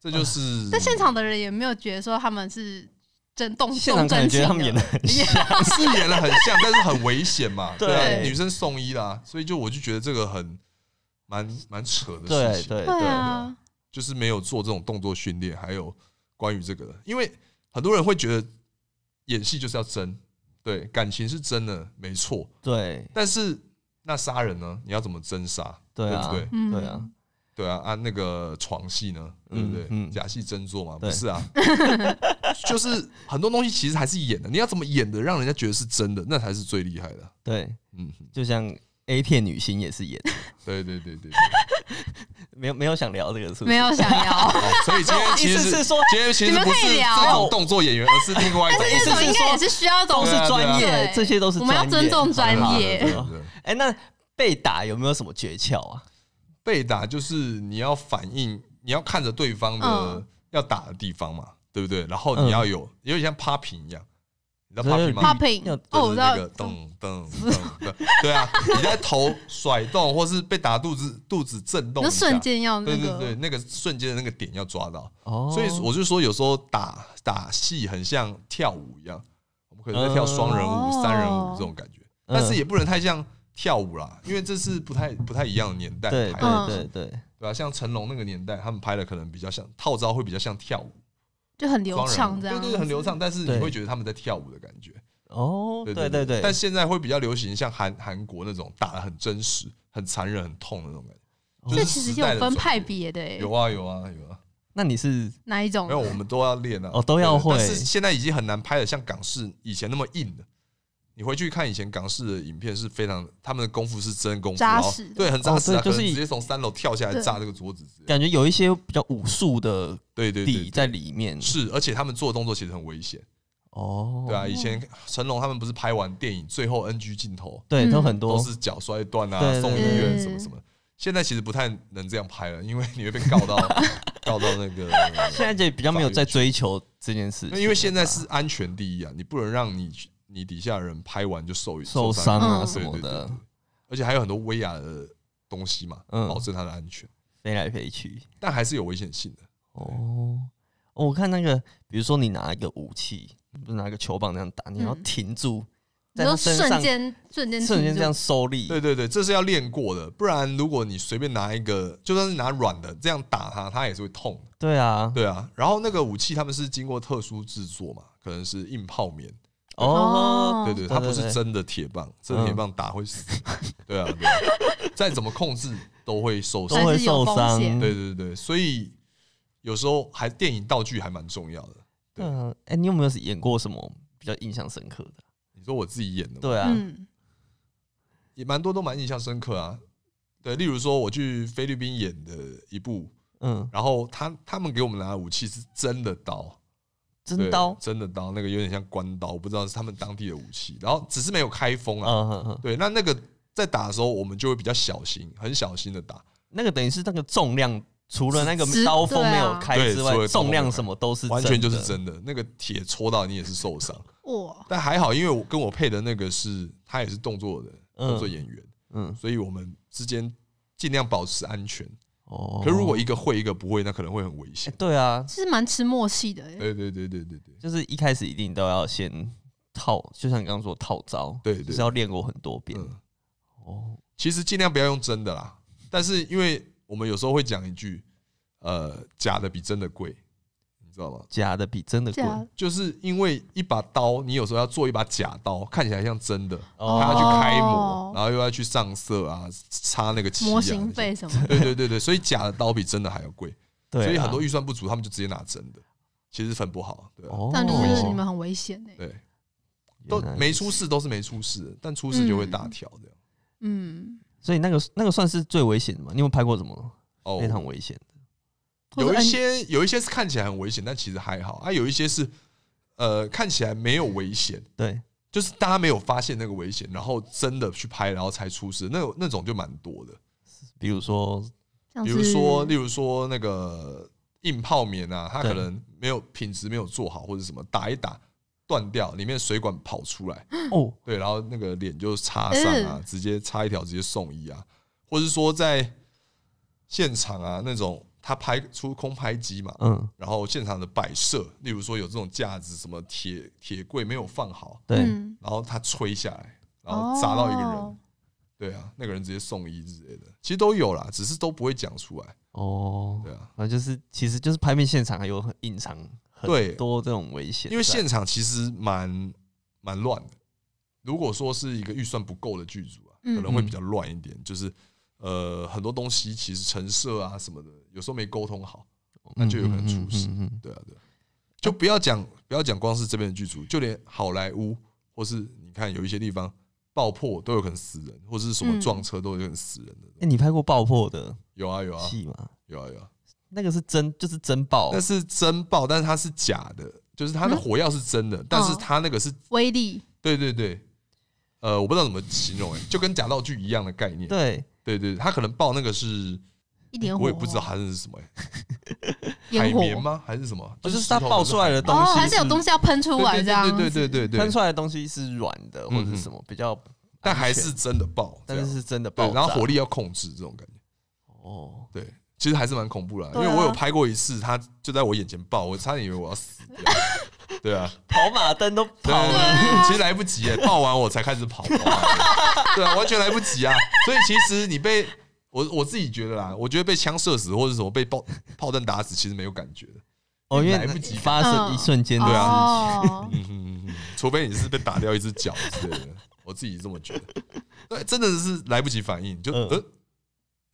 C: 这
B: (laughs)
C: 就是
B: 在
C: (laughs)
B: 现场的人也没有觉得说他们是真动
A: 现场
B: 动
A: 感
B: 真
A: 觉
B: 情
A: 他们演的
B: 的。
A: 很
B: 也
C: 是演的很像，但是很危险嘛。
A: 对
C: 对啊，女生送医啦，所以就我就觉得这个很蛮蛮扯的
A: 对
C: 事情，
A: 对
B: 对
A: 对，
B: 啊，
C: 就是没有做这种动作训练，还有关于这个，因为很多人会觉得演戏就是要真，对，感情是真的没错，
A: 对
C: 但是那杀人呢？你要怎么真杀？
A: 对啊
C: 不对？
B: 嗯
A: 对啊，
C: 对啊，啊，那个床戏呢，对不对？
A: 嗯嗯
C: 假戏真做嘛，
A: 对
C: 不
A: (laughs)
C: 是啊，就是很多东西其实还是演的，你要怎么演的，让人家觉得是真的，那才是最厉害的。
A: 对，
C: 嗯，
A: 就像 A 片女星也是演的，
C: 对对对对对。
A: 没有没有想聊这个是不是？啊
B: 没有想
C: (laughs)
B: 要。
C: 哦所以今天其实
A: 意思是说
C: 今天其实不是
B: 你们可以聊
C: 这种动作演员，而是另外一种
A: 但是
B: 这种应该也是需要这种
A: 都是
C: 对啊
A: 专
B: 对
A: 业，这些都是
B: 我们要
A: 专
B: 尊
A: 业
B: 重专
C: 对
B: 业。
C: 对对啊对对
A: 哎、那被打有没有什么诀窍啊？
C: 被打就是你要反应，你要看着对方的
B: 嗯
A: 嗯
C: 要打的地方嘛，对不对？然后你要有有点像 popping 一样，你你知道 popping 吗？
B: popping
A: 要
B: 哦，
C: 就
B: 我知
C: 是那
B: 道
C: 个噔噔噔，噔对啊，你在头甩动或是被打肚子肚子震动
B: 你
C: 一
B: 就
C: 下，
B: 瞬间要那
C: 对对对，
B: 个
C: 那个瞬间的那个点要抓到。
A: 哦
C: 所以我就说，有时候打打戏很像跳舞一样，我们可能在跳双人舞、
B: 哦
C: 三人舞这种感觉，
A: 嗯
C: 但是也不能太像跳舞啦，因为这是不太不太一样的年代
A: 对
C: 拍
B: 嗯
C: 的，
A: 对对对，
C: 对吧、啊像成龙那个年代，他们拍的可能比较像套招，会比较像跳舞，
B: 就很流
C: 双人
B: 畅
C: 舞
B: 这样，
C: 对对对，很流。畅，但是
A: 对
C: 你会觉得他们在跳舞的感觉，
A: 哦，对对对，
C: 但现在会比较流行像韩韩国那种打的很真实、很残忍、很痛的那种感
A: 哦
C: 觉，就
B: 这
C: 是
B: 其实
C: 时
B: 有
C: 代的
B: 分
C: 转
B: 派
C: 变，
B: 别的欸，
C: 有啊有啊有啊。
A: 那你是
B: 哪一种
C: 没？有，我们都要练啊，
A: 哦都要会
C: 对但是现在已经很难拍的像港式以前那么硬的。你回去看以前港式的影片是非常，他们的功夫是真功夫，
B: 扎
C: 然后
B: 实的
C: 对，很扎实啊，
A: 哦对就是
C: 可能直接从三楼跳下来
B: 对
C: 炸这个桌子之类的。
A: 感觉有一些比较武术的
C: 对对
A: 底
C: 对，
A: 在里面
C: 是，而且他们做的动作其实很危险，
A: 嗯哦，
C: 对啊。以前成龙他们不是拍完电影最后 NG 镜头
A: 对，都
B: 嗯
A: 很
C: 都
A: 多
C: 是脚摔断啊
A: 对对，
C: 送医
B: 对
C: 院
B: 对
C: 什么什么。现在其实不太能这样拍了，因为你会被告
A: (laughs)
C: 到告到那个
A: 现在就比较没有在追求这件事
C: 那
A: 情，
C: 因为现在是安全第一啊，你不能让你你底下人拍完就受
A: 受伤
C: 伤，
A: 啊
B: 嗯
A: 什么
C: 对对
A: 的
C: 对，而且还有很多威亚的东西嘛，
A: 嗯
C: 保证它的安全，
A: 飞来飞去。
C: 但还是有危险性的。
A: 哦，我看那个，比如说你拿一个武器，不是拿个球棒那样打，你要
B: 嗯
A: 停住，
B: 你
A: 在他
B: 说
A: 身
B: 瞬
A: 上
B: 间瞬间
A: 瞬间
B: 停
A: 这样
B: 住
A: 收力，
C: 对对对，这是要练过的，不然如果你随便拿一个，就算是拿软的这样打它，它也是会痛的。
A: 对啊，
C: 对啊，然后那个武器他们是经过特殊制作嘛，可能是硬泡棉，
A: 哦，
C: 对对，它不
A: 对对嗯
C: 是
A: 对
C: 真的铁棒，真的铁棒打会死。对啊，对啊再怎么控制都会受伤
A: 都。会受
B: 还
A: 伤
B: 是有风，险
C: 对对对，所以有时候还电影道具还蛮重要的。对
A: 嗯，哎，你有没有演过什么比较印象深刻的？
C: 你说我自己演的，，
A: 对啊，
B: 嗯，
C: 也蛮多都蛮印象深刻啊。对，例如说我去菲律宾演的一部，
A: 嗯，
C: 然后他他们给我们拿的武器是真的刀，
A: 真
C: 对
A: 刀，
C: 真的刀，那个有点像关刀，我不知道是他们当地的武器，然后只是没有开封啊。
A: 嗯哼哼，
C: 对，那那个在打的时候，我们就会比较小心，很小心的打。
A: 那个等于是那个重量，除了那个
B: 是
A: 刀锋
B: 对啊
A: 没有开之
C: 对除了
A: 外，
C: 刀锋
A: 重量什么都是
C: 完全就是
A: 的，
C: 真的，那个铁戳到你也是受伤，
B: 哇，
C: 但还好，因为我跟我配的那个是他也是动作的动作
A: 嗯
C: 演员，
A: 嗯，
C: 所以我们之间尽量保持安全。
A: 哦，
C: 可如果一个会一个不会，那可能会很危
A: 哎 (laughs)
C: 险。
A: 对啊，
B: 其实蛮吃默契的欸，
C: 对对对对对对
A: 就是一开始一定都要先套，就像你刚刚说套招，
C: 对对
A: 就是要练过很多遍。
C: 嗯，
A: 哦，
C: 其实尽量不要用真的啦，但是因为我们有时候会讲一句，呃，假的比真的贵，你知道吗？
A: 假的比真的
B: 这
A: 贵。
B: 样啊
C: 就是因为一把刀，你有时候要做一把假刀，看起来像真的，
A: 哦
C: 还要去开模
B: 哦，
C: 然后又要去上色啊，擦那个漆、啊、
B: 模型
C: 那些
B: 费什
C: (laughs)
B: 么的，
C: 对对对对，所以假的刀比真的还要贵，
A: 对啊，
C: 所以很多预算不足，他们就直接拿真的，其实很不好，对啊、
A: 哦，
B: 但就是你们很危险哎，
C: 对，
A: 原
C: 都
A: 来
C: 没出事都是没出事的，但出事就会大条这样。
B: 嗯，
A: 所以那个那个算是最危险的嘛？你有没有拍过什么非常
C: 哦，
A: 危险的？
B: 或者
C: 有一
B: 嗯
C: 些有一些是看起来很危险，但其实还好啊，有一些是呃看起来没有危险，
A: 对，
C: 就是大家没有发现那个危险，然后真的去拍，然后才出事，那那种就蛮多的。
A: 比如
B: (gasps)
A: 说，
B: 像
C: 比如说，
B: 是
C: 例如说那个硬泡棉啊，它
A: 对
C: 可能没有品质没有做好，或者什么打一打断掉，里面水管跑
B: (laughs)
C: 出来，
A: 哦，
C: 对，然后那个脸就擦
B: 嗯
C: 伤啊，直接插一条直接送医啊，或是说在现场啊那种他拍出空拍机嘛，
A: 嗯，
C: 然后现场的摆设，例如说有这种架子什么铁铁柜没有放好，
A: 对，
B: 嗯
C: 然后它吹下来，然后砸到一个人，
B: 哦
C: 对啊，那个人直接送医之类的，其实都有啦，只是都不会讲出来，
A: 哦，
C: 对啊。
A: 反正就是其实就是拍片现场还有很隐藏
C: 对
A: 很多这种危险在，
C: 因为现场其实蛮蛮乱的。如果说是一个预算不够的剧组啊，
B: 嗯
C: 可能会比较乱一点，就是呃很多东西其实陈设啊什么的，有时候没沟通好，那就有可能出事。
A: 嗯嗯嗯嗯嗯嗯
C: 对啊，对啊，就不要讲不要讲光是这边的剧组，就连好莱坞或是你看有一些地方爆破都有可能死人，或是什么
B: 嗯
C: 撞车都有可能死人的。
A: 哎，你拍过爆破的
C: 有啊有啊
A: 戏吗？
C: 有啊有啊，
A: 那个是真，就是真爆
C: 那，是真爆，但是它是假的，就是它的
B: 嗯
C: 火药是真的，但是
B: 哦
C: 它那个是
B: 威力，
C: 对对对，呃，我不知道怎么形容、欸，就跟假道具一样的概念。
A: 对，
C: 对对，他可能报那个是
B: 一点火
C: 我也不知道它是什么、欸，海
B: 烟火
C: 绵吗？还是什么？
A: 就是
C: 石
A: 哦它
C: 头
A: 爆
C: 还是
A: 出来
C: 海
A: 的
C: 绵
A: 东西
B: 哦，还是有
A: 是
B: 东西要喷出来
C: 对
B: 这样子，
C: 对对对对嗯对
A: 喷出
C: 对，
A: 来的东西是软的或者是什么比较，
C: 但还是真的爆，
A: 但
C: 这
A: 是
C: 样
A: 是真的爆
C: 对，
A: 炸，
C: 然后火力要控制这种感觉，
A: 哦，
C: 对，其实还是蛮恐怖的啊，因
A: 对啊
C: 为我有拍过一次，它就在我眼前爆，我差点以为我要死掉， (laughs) 对啊，
A: 跑马灯都跑
C: 对
A: 了，
C: 啊，其实来不及耶， (laughs) 爆完我才开始
A: (laughs)
C: 跑，对啊，完全来不及啊，所以其实你被。我我自己觉得啦，我觉得被枪射死或者什么被爆 (laughs) 炮弹打死，其实没有感觉的。
A: 哦，因为
C: 来不及
A: 发生一瞬间的
C: 对啊
A: 事情。
B: 哦，
C: 嗯哼嗯哼，除非你是被打掉一只脚之类的， (laughs) 我自己这么觉得。对，真的是来不及反应，就
A: 嗯
C: 呃，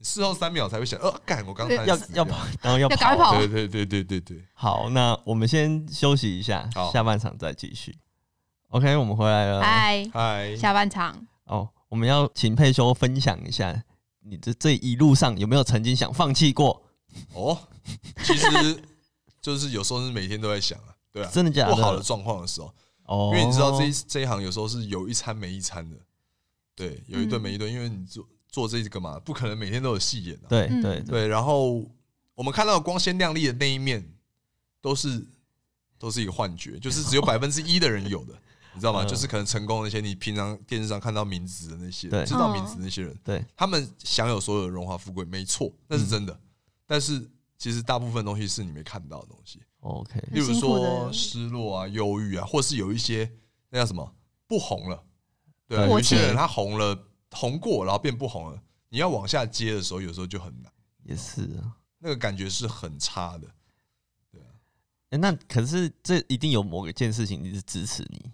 C: 事后三秒才会想，呃，干，我刚才 (laughs)
A: 要
C: 死
A: 要
C: 掉
A: 跑，然后要
B: 要赶快
A: 跑。
B: 跑
C: 对对对对对对，
A: 好，那我们先休息一下
C: 好，
A: 下半场再继续。OK，我们回来了。
B: 嗨，
C: 嗨，
B: 下半场
A: 哦，我们要请佩修分享一下，你这这一路上有没有曾经想放弃过？
C: 哦，其实就是有时候是每天都在想啊，对啊，
A: 真的假的
C: 不好的状况的时候，
A: 哦
C: 因，为你知道这一这一行有时候是有一餐没一餐的，对，有一顿没一顿，因为你做做这个嘛，不可能每天都有戏演啊，
A: 嗯对
B: 嗯
A: 对对，
C: 对，然后我们看到光鲜亮丽的那一面，都是都是一个幻觉，就是只有百分之一的人有的，你知道吗？
A: 嗯
C: 就是可能成功那些，你平常电视上看到名字的那些，
A: 对
C: 知道名字的那些人，
A: 对，嗯
C: 他们享有所有的荣华富贵，没错，那是真的。但是其实大部分东西是你没看到的东西，
A: OK，
C: 例如
B: 辛苦的
C: 说失落啊、忧郁啊，或是有一些那叫什么不红了，对啊，
A: 对
C: 有一些
B: 过
C: 人
B: 气
C: 他红了，红过然后变不红了，你要往下接的时候，有时候就很难。
A: 也是啊。
C: 那个感觉是很差的。
A: 欸那可是这一定有某一件事情，你是支持你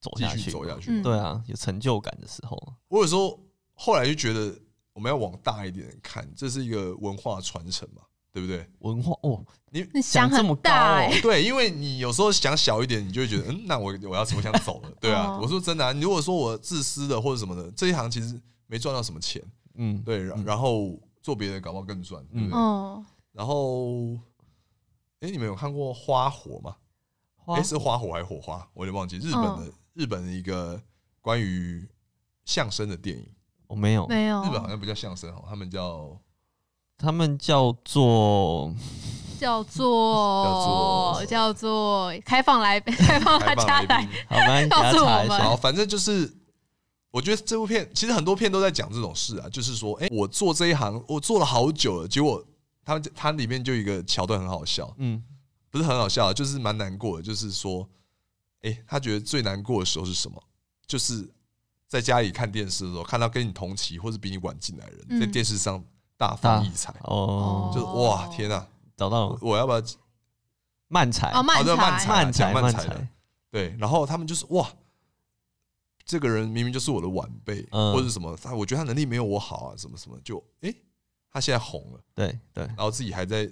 A: 走下
C: 继续
A: 去，
C: 走下去
B: 嗯
A: 对啊，有成就感的时候，啊
C: 我有时候后来就觉得，我们要往大一点看，这是一个文化传承嘛，对不对？ (coughs)
A: 文化哦，
B: 那想
A: 这么
B: 很
A: 高
B: 大
A: 哦
B: 哎，
C: 对，因为你有时候想小一点，你就会觉得，嗯，那我我要我想走了，对啊。
B: 哦
C: 我说真的、啊，你如果说我自私的或者什么的，这一行其实没赚到什么钱，
A: 嗯，
C: 对，然然后做别的搞不好更赚，对不对？
B: 哦，
C: 然后，哎，你们有看过《花火》吗？
A: 花
C: 诶，是花火还是火花？我有点忘记。日本的、日本的一个关于相声的电影，
A: 我哦没有，
B: 没有
C: 日本好像不叫相声哦，他们叫
A: 他们叫做
B: 叫做
C: 叫做
B: 叫做开放来开放大
C: 开放
B: 家
C: 来
B: 来
C: 宾。
A: 好，我们给他
B: 告诉我
A: 查一
B: 们
A: 下
C: 好，反正就是，我觉得这部片其实很多片都在讲这种事啊，就是说，哎、我做这一行，我做了好久了，结果他它里面就有一个桥段很好笑，
A: 嗯，
C: 不是很好笑啊，就是蛮难过的，就是说，哎、他觉得最难过的时候是什么？就是在家里看电视的时候，看到跟你同期或是比你晚进来的人、
B: 嗯
C: 在电视上大放异彩，
A: 哦，
C: 就是哇，天哪、
A: 找到
C: 我
A: 了
C: 我要不要
A: 慢才，
B: 哦，慢
C: 好的慢
B: 才
C: 才
A: 慢才，
C: 讲慢才
A: 才
C: 的，对，然后他们就是哇，这个人明明就是我的晚辈，
A: 嗯
C: 或者什么，他我觉得他能力没有我好啊，什么什么，就诶，他现在红了，
A: 对对，
C: 然后自己还在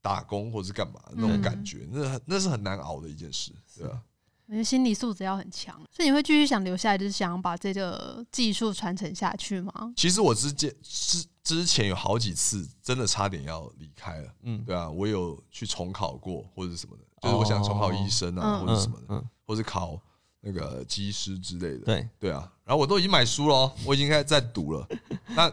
C: 打工或者是干嘛那种
B: 嗯
C: 感觉，那很那是很难熬的一件事，对啊吧、
B: 我觉得心理素质要很强，所以你会继续想留下来，就是想把这个技术传承下去吗？
C: 其实我之前之之前有好几次真的差点要离开了，
A: 嗯，
C: 对啊，我有去重考过或者什么的，就是我想重考医生啊，
B: 哦
C: 或者什么
A: 嗯
C: 的，
A: 嗯，
C: 或者考那个技师之类的，
A: 对，
C: 对啊，然后我都已经买书了哦，我已经开始在读了。那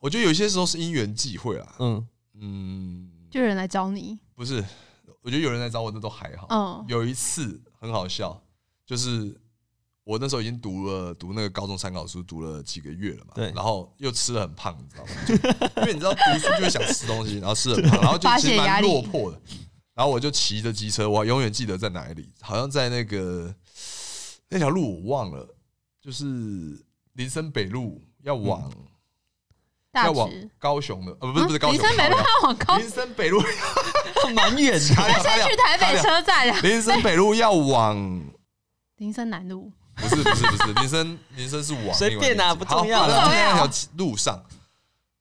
C: 我觉得有些时候是因缘际会啊，
A: 嗯，
C: 嗯，
B: 就有人来找你，
C: 不是，我觉得有人来找我那都还好。
B: 嗯
C: 有一次很好笑，就是我那时候已经读了读那个高中参考书，读了几个月了嘛，
A: 对
C: 然后又吃的很胖，你知道吗？就因 (laughs) 为你知道读书就会想吃东西，然后吃得
B: (laughs)
C: 很胖，然后就
B: 发
C: 其实
B: 泄压
C: 蛮
B: 力
C: 落魄的。然后我就骑着机车，我永远记得在哪里，好像在那个那条路我忘了，就是林森北路要往、
B: 嗯大
C: 要往
B: 直，
C: 高雄的，呃，不
B: 不
C: 是不是高雄，
B: 林森北路
C: 靠
B: 要往高
C: 腰，林森
B: (laughs)
C: 北路，
A: 哦蛮远的，
C: (laughs) 差点差
B: 先去
C: 点
B: 台
C: 差
B: 北
C: 点
B: 车站啊，
C: (laughs) 林森北路要往
B: 林森南路，
C: 不是不是不是， (laughs) 林森林森是往
A: 随
C: 另外
A: 便
C: 一个
A: 啊
C: 地
A: 不
C: 方
A: 重要
C: 好
A: 啦
B: 不
C: 然后
B: 重
C: 在那
B: 要
C: 条路上，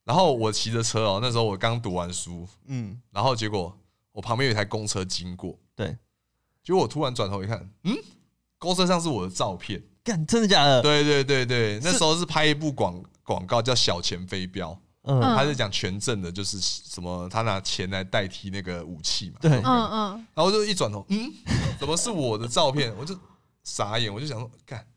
C: 然后我骑着车哦，那时候我刚读完书，
A: 嗯，
C: 然后结果我旁边有一台公车经过，
A: 对，
C: 结果我突然转头一看，嗯，公车上是我的照片，
A: 干，真的假的？
C: 对对对对，那时候是拍一部广广告叫《小钱飞镖》，
A: 嗯，
C: 他是讲权证的，就是什么他拿钱来代替那个武器嘛，
A: 对，
B: 嗯嗯，
C: 然后我就一转头，嗯，怎么是我的照片？我就傻眼，我就想说，干，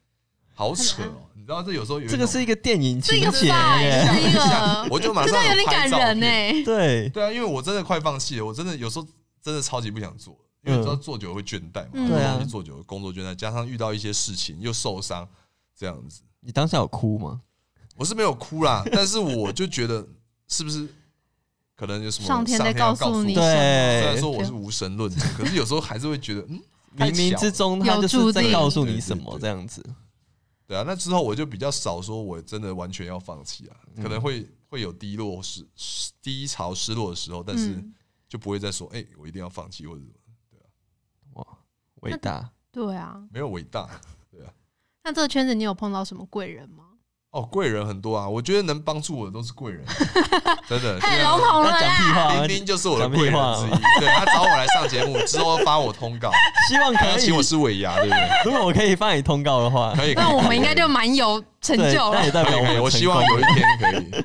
C: 好扯哦！你知道这有时候有一
A: 这
C: 种
A: 个是一个电影
B: 这
A: 情
B: 个
A: 节
B: 拜
A: 耶，
B: 是一
C: 像
B: 个，
C: 我就
B: 嗯
C: 马
B: 这
C: 上
B: 段有点
C: 拍
B: 感
C: 照
B: 人呢、欸
C: 片
A: 对
C: 对啊，因为我真的快放弃了，我真的有时候真的超级不想做，因为你知道做久了会倦怠嘛，
B: 嗯
A: 嗯对啊
C: 东西做久了工作倦怠，加上遇到一些事情又受伤，这样子，
A: 你当下有哭吗？
C: 我是没有哭
B: (laughs)
C: 啦，但是我就觉得是不是可能有什么
B: 上天在
C: 要告
B: 告诉你
C: 我
B: 什么
C: 哦虽然
A: 对，
C: 说我是无神论者，可是有时候还是会觉得，嗯，太
A: 冥冥
C: 巧
A: 之
C: 了
A: 中他
B: 有
A: 就是
B: 注
A: 在
B: 定
A: 告诉
C: 对
A: 你
C: 对
A: 什么
C: 对
A: 这样子。
C: 对啊，那之后我就比较少说，我真的完全要放弃啊，可能会会有低落失失低潮失落的时候，但是
B: 嗯，
C: 就不会再说，哎，我一定要放弃或者什么
A: 伟大，
B: 对啊。
C: 没有伟大。
B: 那这个圈子你有碰到什么贵人吗？
C: 哦，贵人很多啊，我觉得能帮助我的都是贵人，真
B: (laughs)
C: 的。
B: 太笼统了
A: 他讲屁
B: 啦！
A: 话，啊
C: 丁丁就是我的贵人之
A: 讲啊哦
C: 一，对他找我来上节目之后发我通告，
A: (laughs) 希望
C: 还
A: 可
C: 要
A: 以
C: 请我。吃尾牙，对不对？
A: 如果我可以放你通告的话，
C: 可以，
B: 那
C: 可以
B: 我们应该
C: 可以
B: 就蛮有成
A: 对，
B: 就
A: 那
B: 了
A: 也。代
C: 可
A: 表
C: 以可以，
A: 们
C: 啊哎我希望
A: 成功
C: 有一天可以，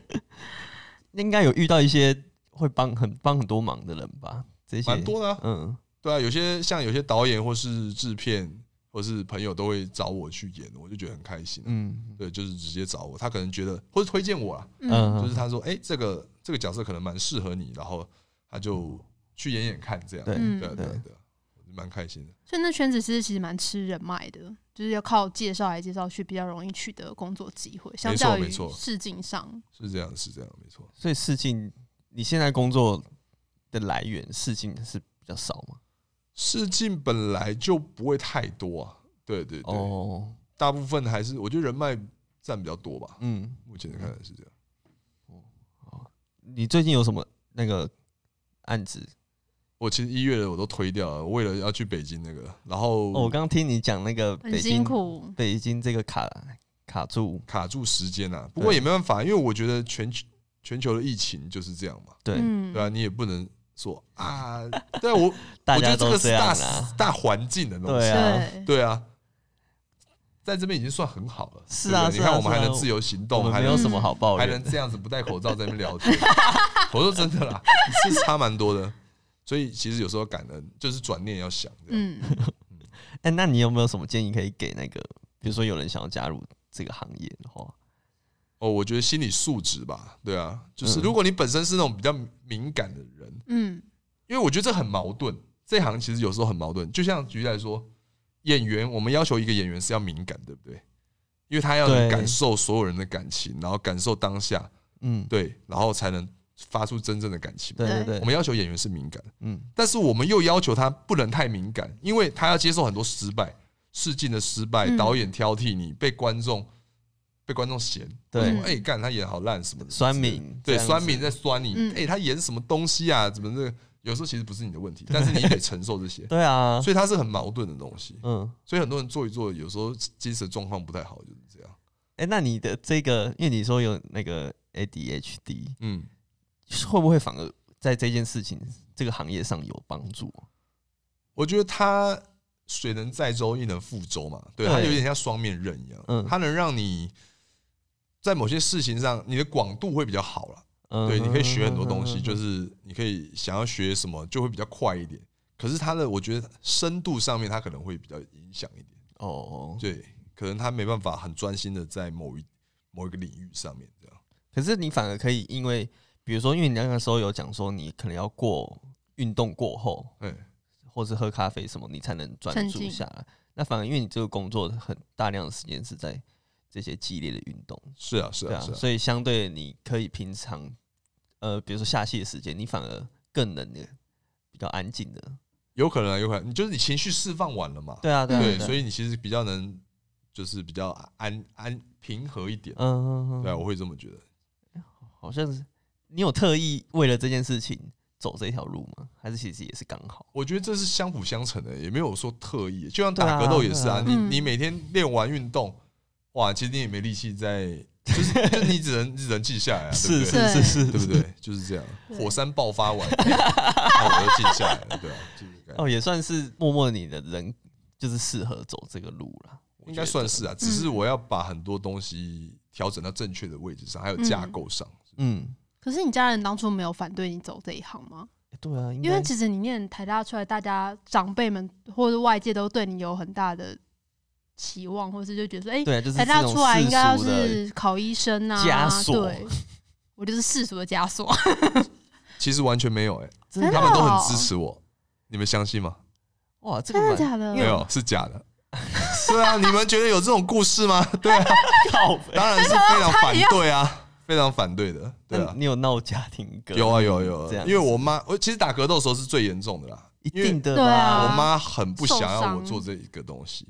A: 应该有遇到一些会帮很帮很多忙的人吧？这些
C: 蛮多的啊。
A: 嗯，
C: 对啊，有些像有些导演或是制片或是朋友都会找我去演，我就觉得很开心啊。
A: 嗯
C: 对，就是直接找我，他可能觉得或者推荐我啊，
A: 嗯
B: 嗯，
C: 就是
A: 嗯，
C: 他说，哎，这个这个角色可能蛮适合你，然后他就去演演看这样。
A: 对
C: 对
B: 嗯
C: 啊对啊
A: 对
C: 对啊，我就蛮开心的。
B: 所以那圈子是其实蛮吃人脉的，就是要靠介绍来介绍去，比较容易取得工作机会，相较
C: 没
B: 于
C: 错
B: 试镜上。
C: 是这样，是这样，没错。
A: 所以试镜，你现在工作的来源试镜是比较少嘛？
C: 试镜本来就不会太多啊，对对对，
A: 哦，
C: 大部分还是我觉得人脉占比较多吧。
A: 嗯，
C: 目前看来是这样。
A: 你最近有什么那个案子？
C: 我其实一月的我都推掉了，为了要去北京那个，然后
A: 哦，我刚听你讲那个
B: 很
A: 北
B: 辛
A: 京，
B: 苦，
A: 北京这个卡卡住，
C: 卡住时间啊。不过也没办法，因为我觉得全球全球的疫情就是这样嘛，
A: 对，
B: 嗯
C: 对啊，你也不能说啊，对啊，我
A: 大
C: 我觉
A: 家
C: 得这
A: 都
C: 个是
A: 样啊
C: 大
A: 啦，
C: 大环境的东西
A: 对，啊
B: 对，
C: 对啊。在这边已经算很好了，
A: 是啊是
C: 对不对
A: 啊
C: 你看我们
A: 是啊
C: 还能自由行
A: 我
C: 动，
A: 们
C: 还
A: 没
C: 能
A: 有什么好抱
C: 还
A: 怨
C: 能
A: 的。
C: 这样子不戴口罩在那边聊天，我说真
A: (laughs)
C: 的啦，是差蛮多的。所以其实有时候感恩就是转念要想这样，
B: 嗯，
A: 哎，那你有没有什么建议可以给那个，比如说有人想要加入这个行业的话，
C: 哦，我觉得心理素质吧，对啊，就是
A: 嗯
C: 如果你本身是那种比较敏感的人，
B: 嗯，
C: 因为我觉得这很矛盾，这行其实有时候很矛盾。就像举例来说，演员我们要求一个演员是要敏感，对不对？因为他要
A: 对
C: 能感受所有人的感情，然后感受当下，
A: 嗯，
C: 对，然后才能发出真正的感情。
A: 对对
B: 对
A: 对，
C: 我们要求演员是敏感的。
A: 嗯
C: 但是我们又要求他不能太敏感，因为他要接受很多失败，试镜的失败，
B: 嗯
C: 导演挑剔你，被观众被观众嫌，
A: 对
B: 嗯
C: 说哎干他演好烂什么的，
A: 酸
C: 之类的
A: 民这
C: 对
A: 样
C: 酸
A: 子
C: 民在酸你，
B: 嗯
C: 哎他演什么东西啊，怎么这个有时候其实不是你的问
A: (laughs)
C: 题，但是你得承受这些，
A: 对啊，
C: 所以它是很矛盾的东西，
A: 嗯，
C: 所以很多人做一做，有时候精神状况不太好，就是这样，
A: 哎，那你的这个，因为你说有那个 ADHD，
C: 嗯。
A: 会不会反而在这件事情这个行业上有帮助？
C: 我觉得它水能载舟，亦能覆舟嘛，对，它
A: 对
C: 有点像双面刃一样，
A: 嗯
C: 它能让你在某些事情上，你的广度会比较好了，
A: 嗯，
C: 对，你可以学很多东西，就是你可以想要学什么就会比较快一点。可是它的，我觉得深度上面它可能会比较影响一点，
A: 哦。
C: 对，可能他没办法很专心的在某一某一个领域上面这样，
A: 可是你反而可以，因为比如说，因为你那个时候有讲说，你可能要过运动过后，
C: 对，
A: 或是喝咖啡什么，你才能专
B: 沉
A: 注
B: 浸
A: 下来。那反而因为你这个工作很大量的时间是在这些激烈的运动，
C: 是啊，是
A: 对
C: 啊，
A: 啊，
C: 是啊，
A: 所以相对你可以平常，呃，比如说下戏的时间，你反而更能比较安静的，
C: 有可能啊，有可能，你就是你情绪释放完了嘛，
A: 对啊，对啊，
C: 对，
A: 啊
C: 所以你其实比较能，就是比较安安平和一点。
A: 嗯嗯，嗯
C: 对啊，我会这么觉得。
A: 好像是你有特意为了这件事情走这条路吗？还是其实也是刚好？
C: 我觉得这是相辅相成的，也没有说特意。就像
A: 对啊
C: 打格斗也是啊，
A: 对
C: 你
B: 啊嗯
C: 你每天练完运动，哇，其实你也没力
A: (laughs)
C: 气在，就是就你只能只能静下来啊，对
A: 是
C: 不
A: 是
C: 对？
A: 是是，
C: 对不对？就是这样，
B: 对
C: 火山爆发完， (laughs) 那我就静下来了，对啊，就是这个感觉
A: 哦，也算是默默你的人就是适合走这个路了，我
C: 应
A: 觉得
C: 该算是。啊。只是我要把很多东西调整到正确的位置上，还有架构上。
A: 嗯，
B: 可是你家人当初没有反对你走这一行吗？
A: 欸对啊，应
B: 因为
A: 该
B: 其实你念台大出来，大家长辈们或者外界都对你有很大的期望，或是就觉得说，哎、
A: 对，啊就是
B: 台大
A: 这种
B: 出来应该要
A: 世俗的
B: 是考医生啊，
A: 枷锁
B: 对，我就是世俗的枷锁。
C: 其实完全没有哎、
A: 真
B: 真
A: 的
C: 他
B: 的
C: 们都
B: 哦
C: 很支持我，你们相信吗？
A: 哇，这个
B: (laughs)
A: 蛮
B: 真的假的？
A: 因
C: 没
A: 为
C: 有，是假的。 (laughs) 是啊，你们觉得有这种故事吗？ (laughs) 对啊，
A: 靠北。
C: 当然是非常反对啊，非常反对的，对
A: 那
C: 啊，
A: 你有闹家庭革命
C: 有啊有啊有啊
A: 嗯这，样
C: 因为我妈，我其实打格斗的时候是最严重的啦，
A: 一
C: 因为
A: 定的
B: 对啊
C: 我妈很不想
B: 受
C: 要
B: 伤
C: 我做这一个东西，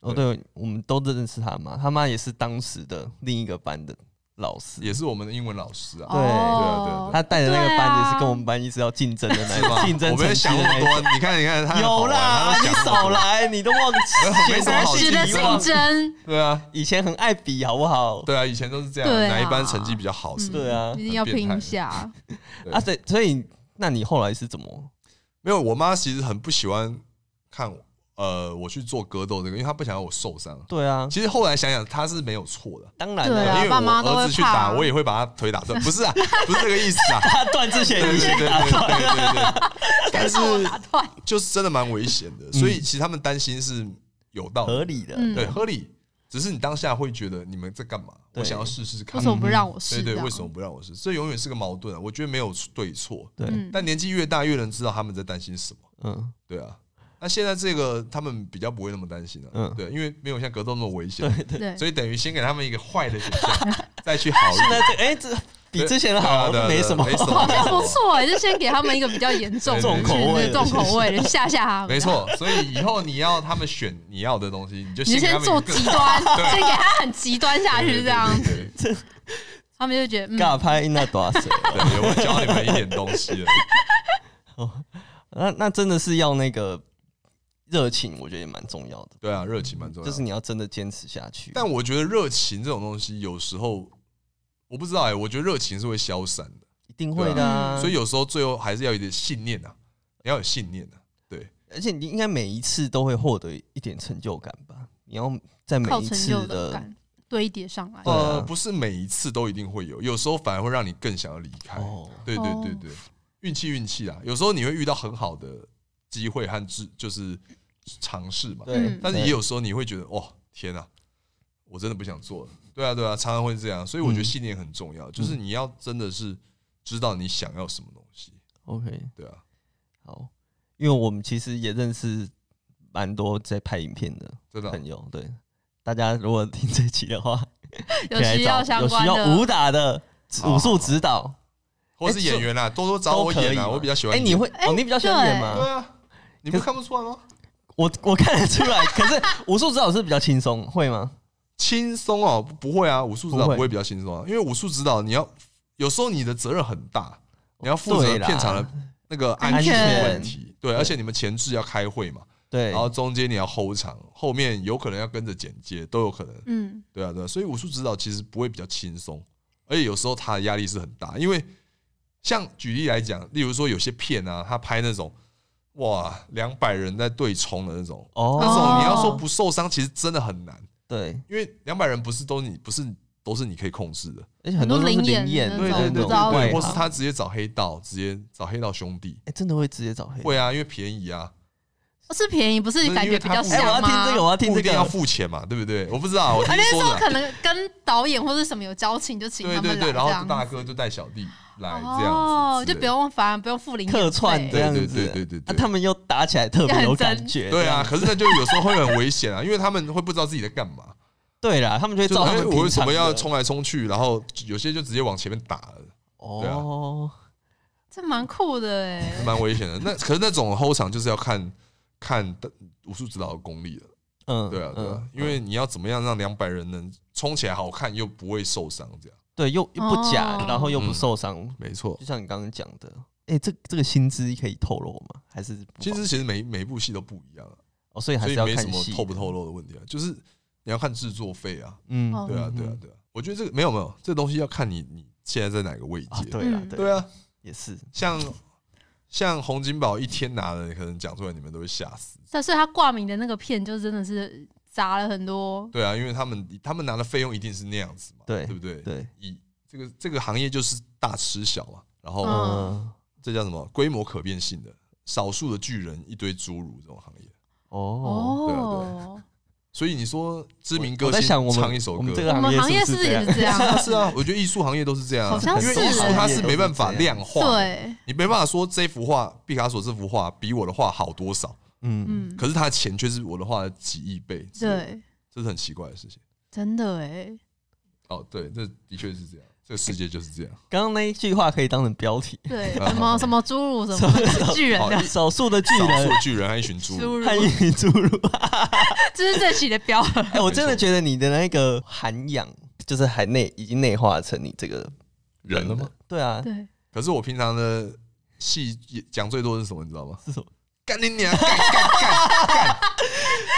A: 哦，对，我们都认识他妈，他妈也是当时的另一个班的老师，
C: 也是我们的英文老师啊，
A: 对对啊
B: (laughs) 哦
C: 对
A: 他带的那个班也
B: 对
A: 是
B: 啊
A: 跟我们班一直要竞争的那一
C: 是吗？
A: 竞争
C: 我没
A: 成绩
C: 有想
A: 的那
C: 那么
A: 一种。
C: 多，你看你看，他
A: 有啦，你
C: 很好玩他都想那么
A: 少
C: 多，
A: 来，你都忘记
C: 没什么
B: 儿
C: 好
B: 时的
A: 以前
B: 竞争，
C: 对啊，
A: 以前很爱比，好不好？
C: (laughs) 对啊，以前都是这样，
B: 对啊
C: 哪一班成绩比较好是
B: 嗯
C: 不是？
A: 对啊
B: 一，定要拼一
C: 嗯
B: 下。
C: 对
A: 啊，对，所以那你后来是怎么？
C: 没有，我妈其实很不喜欢看我，呃我去做格斗这个，因为她不想要我受伤。
A: 对啊，
C: 其实后来想想，她是没有错的。
A: 当然
B: 对啊
A: 了，
C: 因为我
B: 爸妈都会
C: 儿子去
B: 怕
C: 打，
B: 啊
C: 我也会把他腿打断，不是啊，不是这个意思
B: (laughs)
C: 啊。
A: 他断之前
C: 对
A: 你
C: 对
A: 先
C: 对对
A: 打断，
C: 对对，
B: (laughs)
C: 但是
B: 让我打断，
C: 就是真的蛮危险的，所以其实他们担心是有道
A: 合
C: 理，
A: 理的，
B: 嗯
C: 对，合理。只是你当下会觉得你们在干嘛？
A: 对
C: 我想要试试看
B: 为什，么不让我试
C: 对
B: 啊？
C: 对，为什么不让我试？这永远是个矛盾啊！我觉得没有对错，
A: 对，
B: 嗯，
C: 但年纪越大越能知道他们在担心什么。
A: 嗯，
C: 对啊，那现在这个他们比较不会那么担心了、
A: 嗯
C: 对，因为没有像格斗那么危险，
B: 对，
C: 所以等于先给他们一个坏的
A: (laughs)
C: 选项，再去好一
A: 现
C: 点
A: 在。这哎这比之前的好，
C: 对啊对啊
A: 没什么
C: 对啊没什
A: (laughs)
C: 么
B: 好像不错哎，就先给他们一个比较严重的
C: 重口
A: 味的
B: 对重口
C: (laughs)
B: 味的吓吓他们。
C: 没，错，所以以后你要他们选你要的东西，你就
B: 你就
C: 先给他
B: 先
C: 们
B: 做
C: 一个
B: 极端，
C: (laughs) 对
B: 先给他很极端下去这样，
C: 对对对对
B: 他们就觉得嗯，
A: 尬拍那多少？
C: 对对我教你们一点东西了。
A: 哦那那真的是要那个热情，我觉得也蛮重要的，
C: 对啊，热情蛮重要
A: 就
C: 的。
A: 是你要真的坚持下去。
C: 但我觉得热情这种东西，有时候我不知道哎、我觉得热情是会消散的，
A: 一定会的、啊，
C: 所以有时候最后还是要有点信念啊，你要有信念啊。对，
A: 而且你应该每一次都会获得一点成就感吧？你要在每
B: 靠
A: 一
B: 成
A: 次
B: 就
A: 的
B: 感堆叠上来。
A: 对啊
C: 呃，不是每一次都一定会有，有时候反而会让你更想要离开。
A: 哦，
C: 对对
B: 哦
C: 对对，运气运气啊，有时候你会遇到很好的机会和知就是尝试嘛，
A: 对，
B: 嗯
C: 但是也有时候你会觉得，哇，天啊，我真的不想做了。对啊，对啊，常常会这样，所以我觉得
A: 嗯
C: 信念很重要，就是你要真的是知道你想要什么东西，
A: OK，
C: 对啊，
A: 好，因为我们其实也认识蛮多在拍影片的
C: 真的啊
A: 朋友，对大家如果听这期的话，可
B: 有
A: 以来
B: 需要
A: 找
B: 相
A: 有需
B: 关
A: 要
B: 的
A: 武打的
C: 好
A: 武术指导
C: 或是演员啦，多多找
A: 哎都
C: 我
A: 可以
C: 演啊，
A: 嘛。
C: 我比较喜欢
A: 哎，
C: 演。
A: 你会
B: 哎
A: 哦，你比较喜欢演
C: 对
A: 吗？
C: 啊，你不看不出来吗？
A: 我我看得出来，可是武术指导是比较轻松，会吗？
C: 轻松哦，不会啊，武术指导
A: 不会
C: 不会比较轻松啊，因为武术指导你要有时候你的责任很大，你要负
A: 哦
C: 责
A: 对啦
C: 片场的那个安
A: 安
C: 全
B: 全
C: 问题，对，而且你们前置要开会嘛，
A: 对，
C: 然后中间你要 hold 场，后面有可能要跟着剪接，都有可能，
B: 嗯，
C: 对啊，对啊，所以武术指导其实不会比较轻松，而且有时候他的压力是很大，因为像举例来讲，例如说有些片啊，他拍那种哇两百人在对冲的那种，
A: 哦，
C: 那种你要说不受伤，其实真的很难。
A: 对，
C: 因为两百人不是都你不是都是你可以控制的，
A: 而且很多都是
B: 很多
A: 灵
B: 灵眼
A: 眼
B: 那
A: 那
B: 种
A: 种，
B: 我嗯不
C: 对对对
B: 知道
C: 对对，
A: 外
C: 或是
A: 行
C: 他直接找黑道，直接找黑道兄弟，
A: 哎，真的会直接找黑。
C: 会啊，因为便宜啊，
B: 是便宜，不是
C: 不是
B: 感
C: 因
B: 觉
C: 为
B: 比
C: 他
B: 较
C: 不
A: 哎，我
B: 像
A: 要听
B: 吗
A: 这？个，我要听
C: 不
A: 这
C: 一定要
A: 个。
C: 付钱嘛，对不对？我不知道，我听
B: 而且
C: 说
B: 说
C: 的啊，
B: 可能跟导演或者什么有交情，就请
C: 对
B: 他
C: 对
B: 们
C: 对，
B: 来这
C: 然后大
B: 样。
C: 哥就带小弟来这样
B: 哦，
C: 子之类的，
B: 就不用反而不用付零
A: 客串这
B: 对，
A: 样子，
C: 对对对对对
A: 啊他们又打起来特别有感觉，
C: 对啊，，可是那就有时候会很危险啊，因为他们会不知道自己在干嘛，
A: 对啦， (laughs) 他们就会
C: 就
A: 照他
C: 哎
A: 们
C: 我为
A: 平
C: 什
A: 常
C: 么
A: 的
C: 要冲来冲去，然后有些就直接往前面打了。对啊
A: 哦，
B: 这蛮酷的哎。
C: 蛮危险的，那可是那种后场就是要看看武术指导的功力了。
A: 嗯，
C: 对啊，对啊
A: 嗯，
C: 因为你要怎么样让两百人能冲起来好看又不会受伤，这样
A: 对又又不假
B: 哦，
A: 然后又不受伤，
C: 没错
A: 就。像你刚刚讲的，哎，这这个薪资可以透露吗？还是不
C: 其实其实每每一部戏都不一样啊，
A: 哦，所以还
C: 所
A: 是
C: 以
A: 要
C: 没什
A: 看
C: 么
A: 戏，
C: 透不透露的问题啊，就是你要看制作费啊，
A: 嗯
B: 哦
C: 对啊，对啊，，对啊。我觉得这个没有没有，这东西要看你你现在在哪个位
A: 啊，
C: 阶。
A: 对啊，
B: 嗯
C: 对，啊，
A: 也是，
C: 像像洪金宝一天拿了，可能讲出来你们都会吓死。
B: 但是他挂名的那个片，就真的是砸了很多。
C: 对啊，因为他们他们拿的费用一定是那样子嘛，
A: 对
C: 对不对？
A: 对，
C: 以这个这个行业就是大吃小嘛，然后
B: 嗯
A: 嗯，
C: 这叫什么规模可变性的，少数的巨人一堆侏儒这种行业，对啊
A: 哦，
B: 哦，
C: 所以你说知名歌
A: 我在
C: 星
A: 想我们
C: 唱一首
A: 我
C: 歌
A: 啊们，这
B: 我
A: 个
B: 们行业
A: 是
B: 是
A: 不
B: 不
A: 是这
B: 是也
A: 样
B: 是这样？
A: (laughs)
C: 是啊是啊，我觉得艺术行业都是这样啊，
B: 好像
C: 因为
B: 是
C: 艺术它是
A: 欸
C: 没办法量化的，
B: 对，
C: 你没办法说这幅画毕卡索这幅画比我的画好多少，
A: 嗯，
B: 嗯，
C: 可是他的钱却是我的画的几亿倍，之类的，
B: 对，
C: 这是很奇怪的事情。
B: 真的哎，
C: 哦，对，这的确是这样，这个世界就是这
A: (laughs)
C: 样。
A: 刚刚那一句话可以当成标
C: (laughs)
A: 题，
B: 对，
A: (laughs)
B: 什么什么侏儒什么巨人的
A: 少数的巨
C: 少
A: 人
C: 数巨人和一群猪，
A: (laughs)
B: 侏
A: 和一
B: 儒，
A: 群侏儒。
B: 这是这期的标
A: (laughs)
B: 了。
A: 哎，我真的觉得你的那个涵养，就是还内已经内化成你这个
C: 人了吗？？
A: 对
B: (laughs)
A: 啊，
B: 对，
C: 可是我平常的戏讲最多的是什么，你知道吗？
A: 是什么？
C: 干你娘！干干干！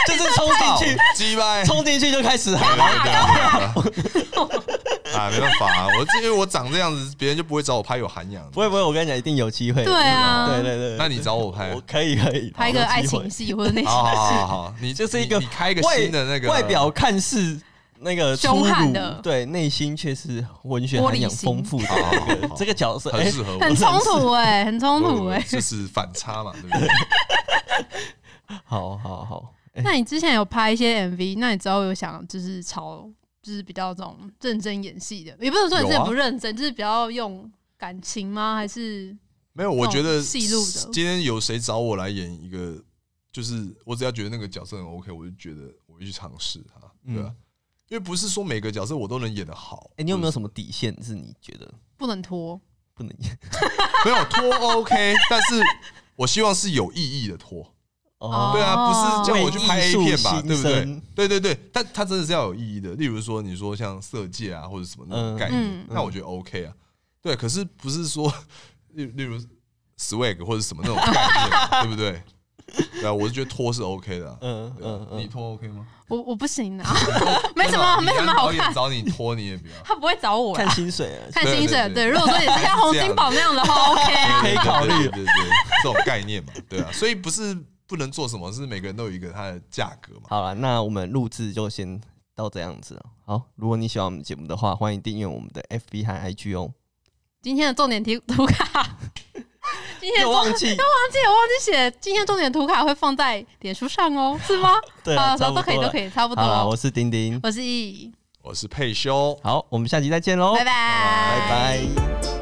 A: 就是冲进去，
C: 击败！
A: 冲进去就开始
C: 对
A: 喊。
C: 对对对啊，没办法啊，我因为我长这样子，别人就不会找我拍有涵养的。
A: 不会不会，我跟你讲，一定有机会。
B: 对啊
A: 对对对。
C: 那你找我拍
A: 我，可以可以
B: 拍一个爱。
A: 有
B: 情
A: 机
B: 戏或者那
C: 好好好好
B: 种，
C: 好，你
A: 就是一个
C: 你你开一个
A: 外
C: 新的那个啊
A: 会外表看似那个粗
B: 凶悍
A: 鲁
B: 的，
A: 对，内心却是文学涵养丰富的
C: 玻璃心
A: 这 (laughs) 个这个角色。
C: 很
A: 哎，
C: 适合我，
B: (laughs) 很冲突哎，很冲突
A: 欸
B: 哎。 (laughs)
C: 就是反差嘛，对不对？
A: 好好好，哎
B: 那你之前有拍一些 MV，那你之后有想就是朝就是比较这种认真演戏的，也不是说你自己
C: 有啊
B: 不认真，就是比较用感情吗？还是
C: 没有，我觉得
B: 戏路的
C: 今天有谁找我来演一个，就是我只要觉得那个角色很 OK，我就觉得我会去尝试它，对啊
A: 嗯，
C: 因为不是说每个角色我都能演得好。
A: 哎，你有没有
C: 就是
A: 什么底线是你觉得
B: 不能拖？
A: 不 (laughs) 能演？
C: 没有拖 OK？但是我希望是有意义的拖，
B: 哦
C: 对啊，不是叫我
A: 为
C: 去拍
A: 艺
C: A
A: 术
C: 片吧，对不对？
A: 新生？
C: 对对对，但它真的是要有意义的。例如说，你说像色戒啊，或者什么那种概念，
B: 嗯嗯
C: 那我觉得 OK 啊。对，可是不是说， (laughs) 例例如 swag 或者什么那种概念，对不对？对啊，我是觉得拖是 OK 的啊、
A: 嗯
C: 对啊
A: 嗯嗯，
C: 拖 OK 吗？
B: 我我不行
C: (laughs)
B: 啊，没什么
C: 真
B: 没什
C: 的啊
B: 么
C: 你让
B: 好
C: 导
B: 看
C: 演，找你拖你也不要，
B: 他不会找我
A: 看
B: 啦。
A: 薪水啊， (laughs)
B: 看
C: 对
B: 薪水，
C: 对
B: 对，
C: 对
B: 如果说你是像洪
C: (laughs)
B: 金宝那样的话，OK 啊。
A: 可以考虑
C: 对对对对对这种概念嘛，对啊，所以不是不能做什么，是每个人都有一个它的价格嘛。
A: 好了，那我们录制就先到这样子了。好，如果你喜欢我们节目的话，欢迎订阅我们的 FB 和 IG 哦。
B: 今天的重点题图卡，今
A: (laughs)
B: 天
A: 又
B: 的重
A: 忘记，
B: 忘记我忘记写，今天重点图卡会放在脸书上哦，是吗？
A: 对啊，
B: 啊，
A: 差不多
B: 都可以，都可
A: 以，
B: 以，差不
A: 好了，
B: 多
A: 我。是丁丁。
B: 我是易，
C: 我是佩修，
A: 好，我们下期再见喽，
B: 拜拜，
A: 拜拜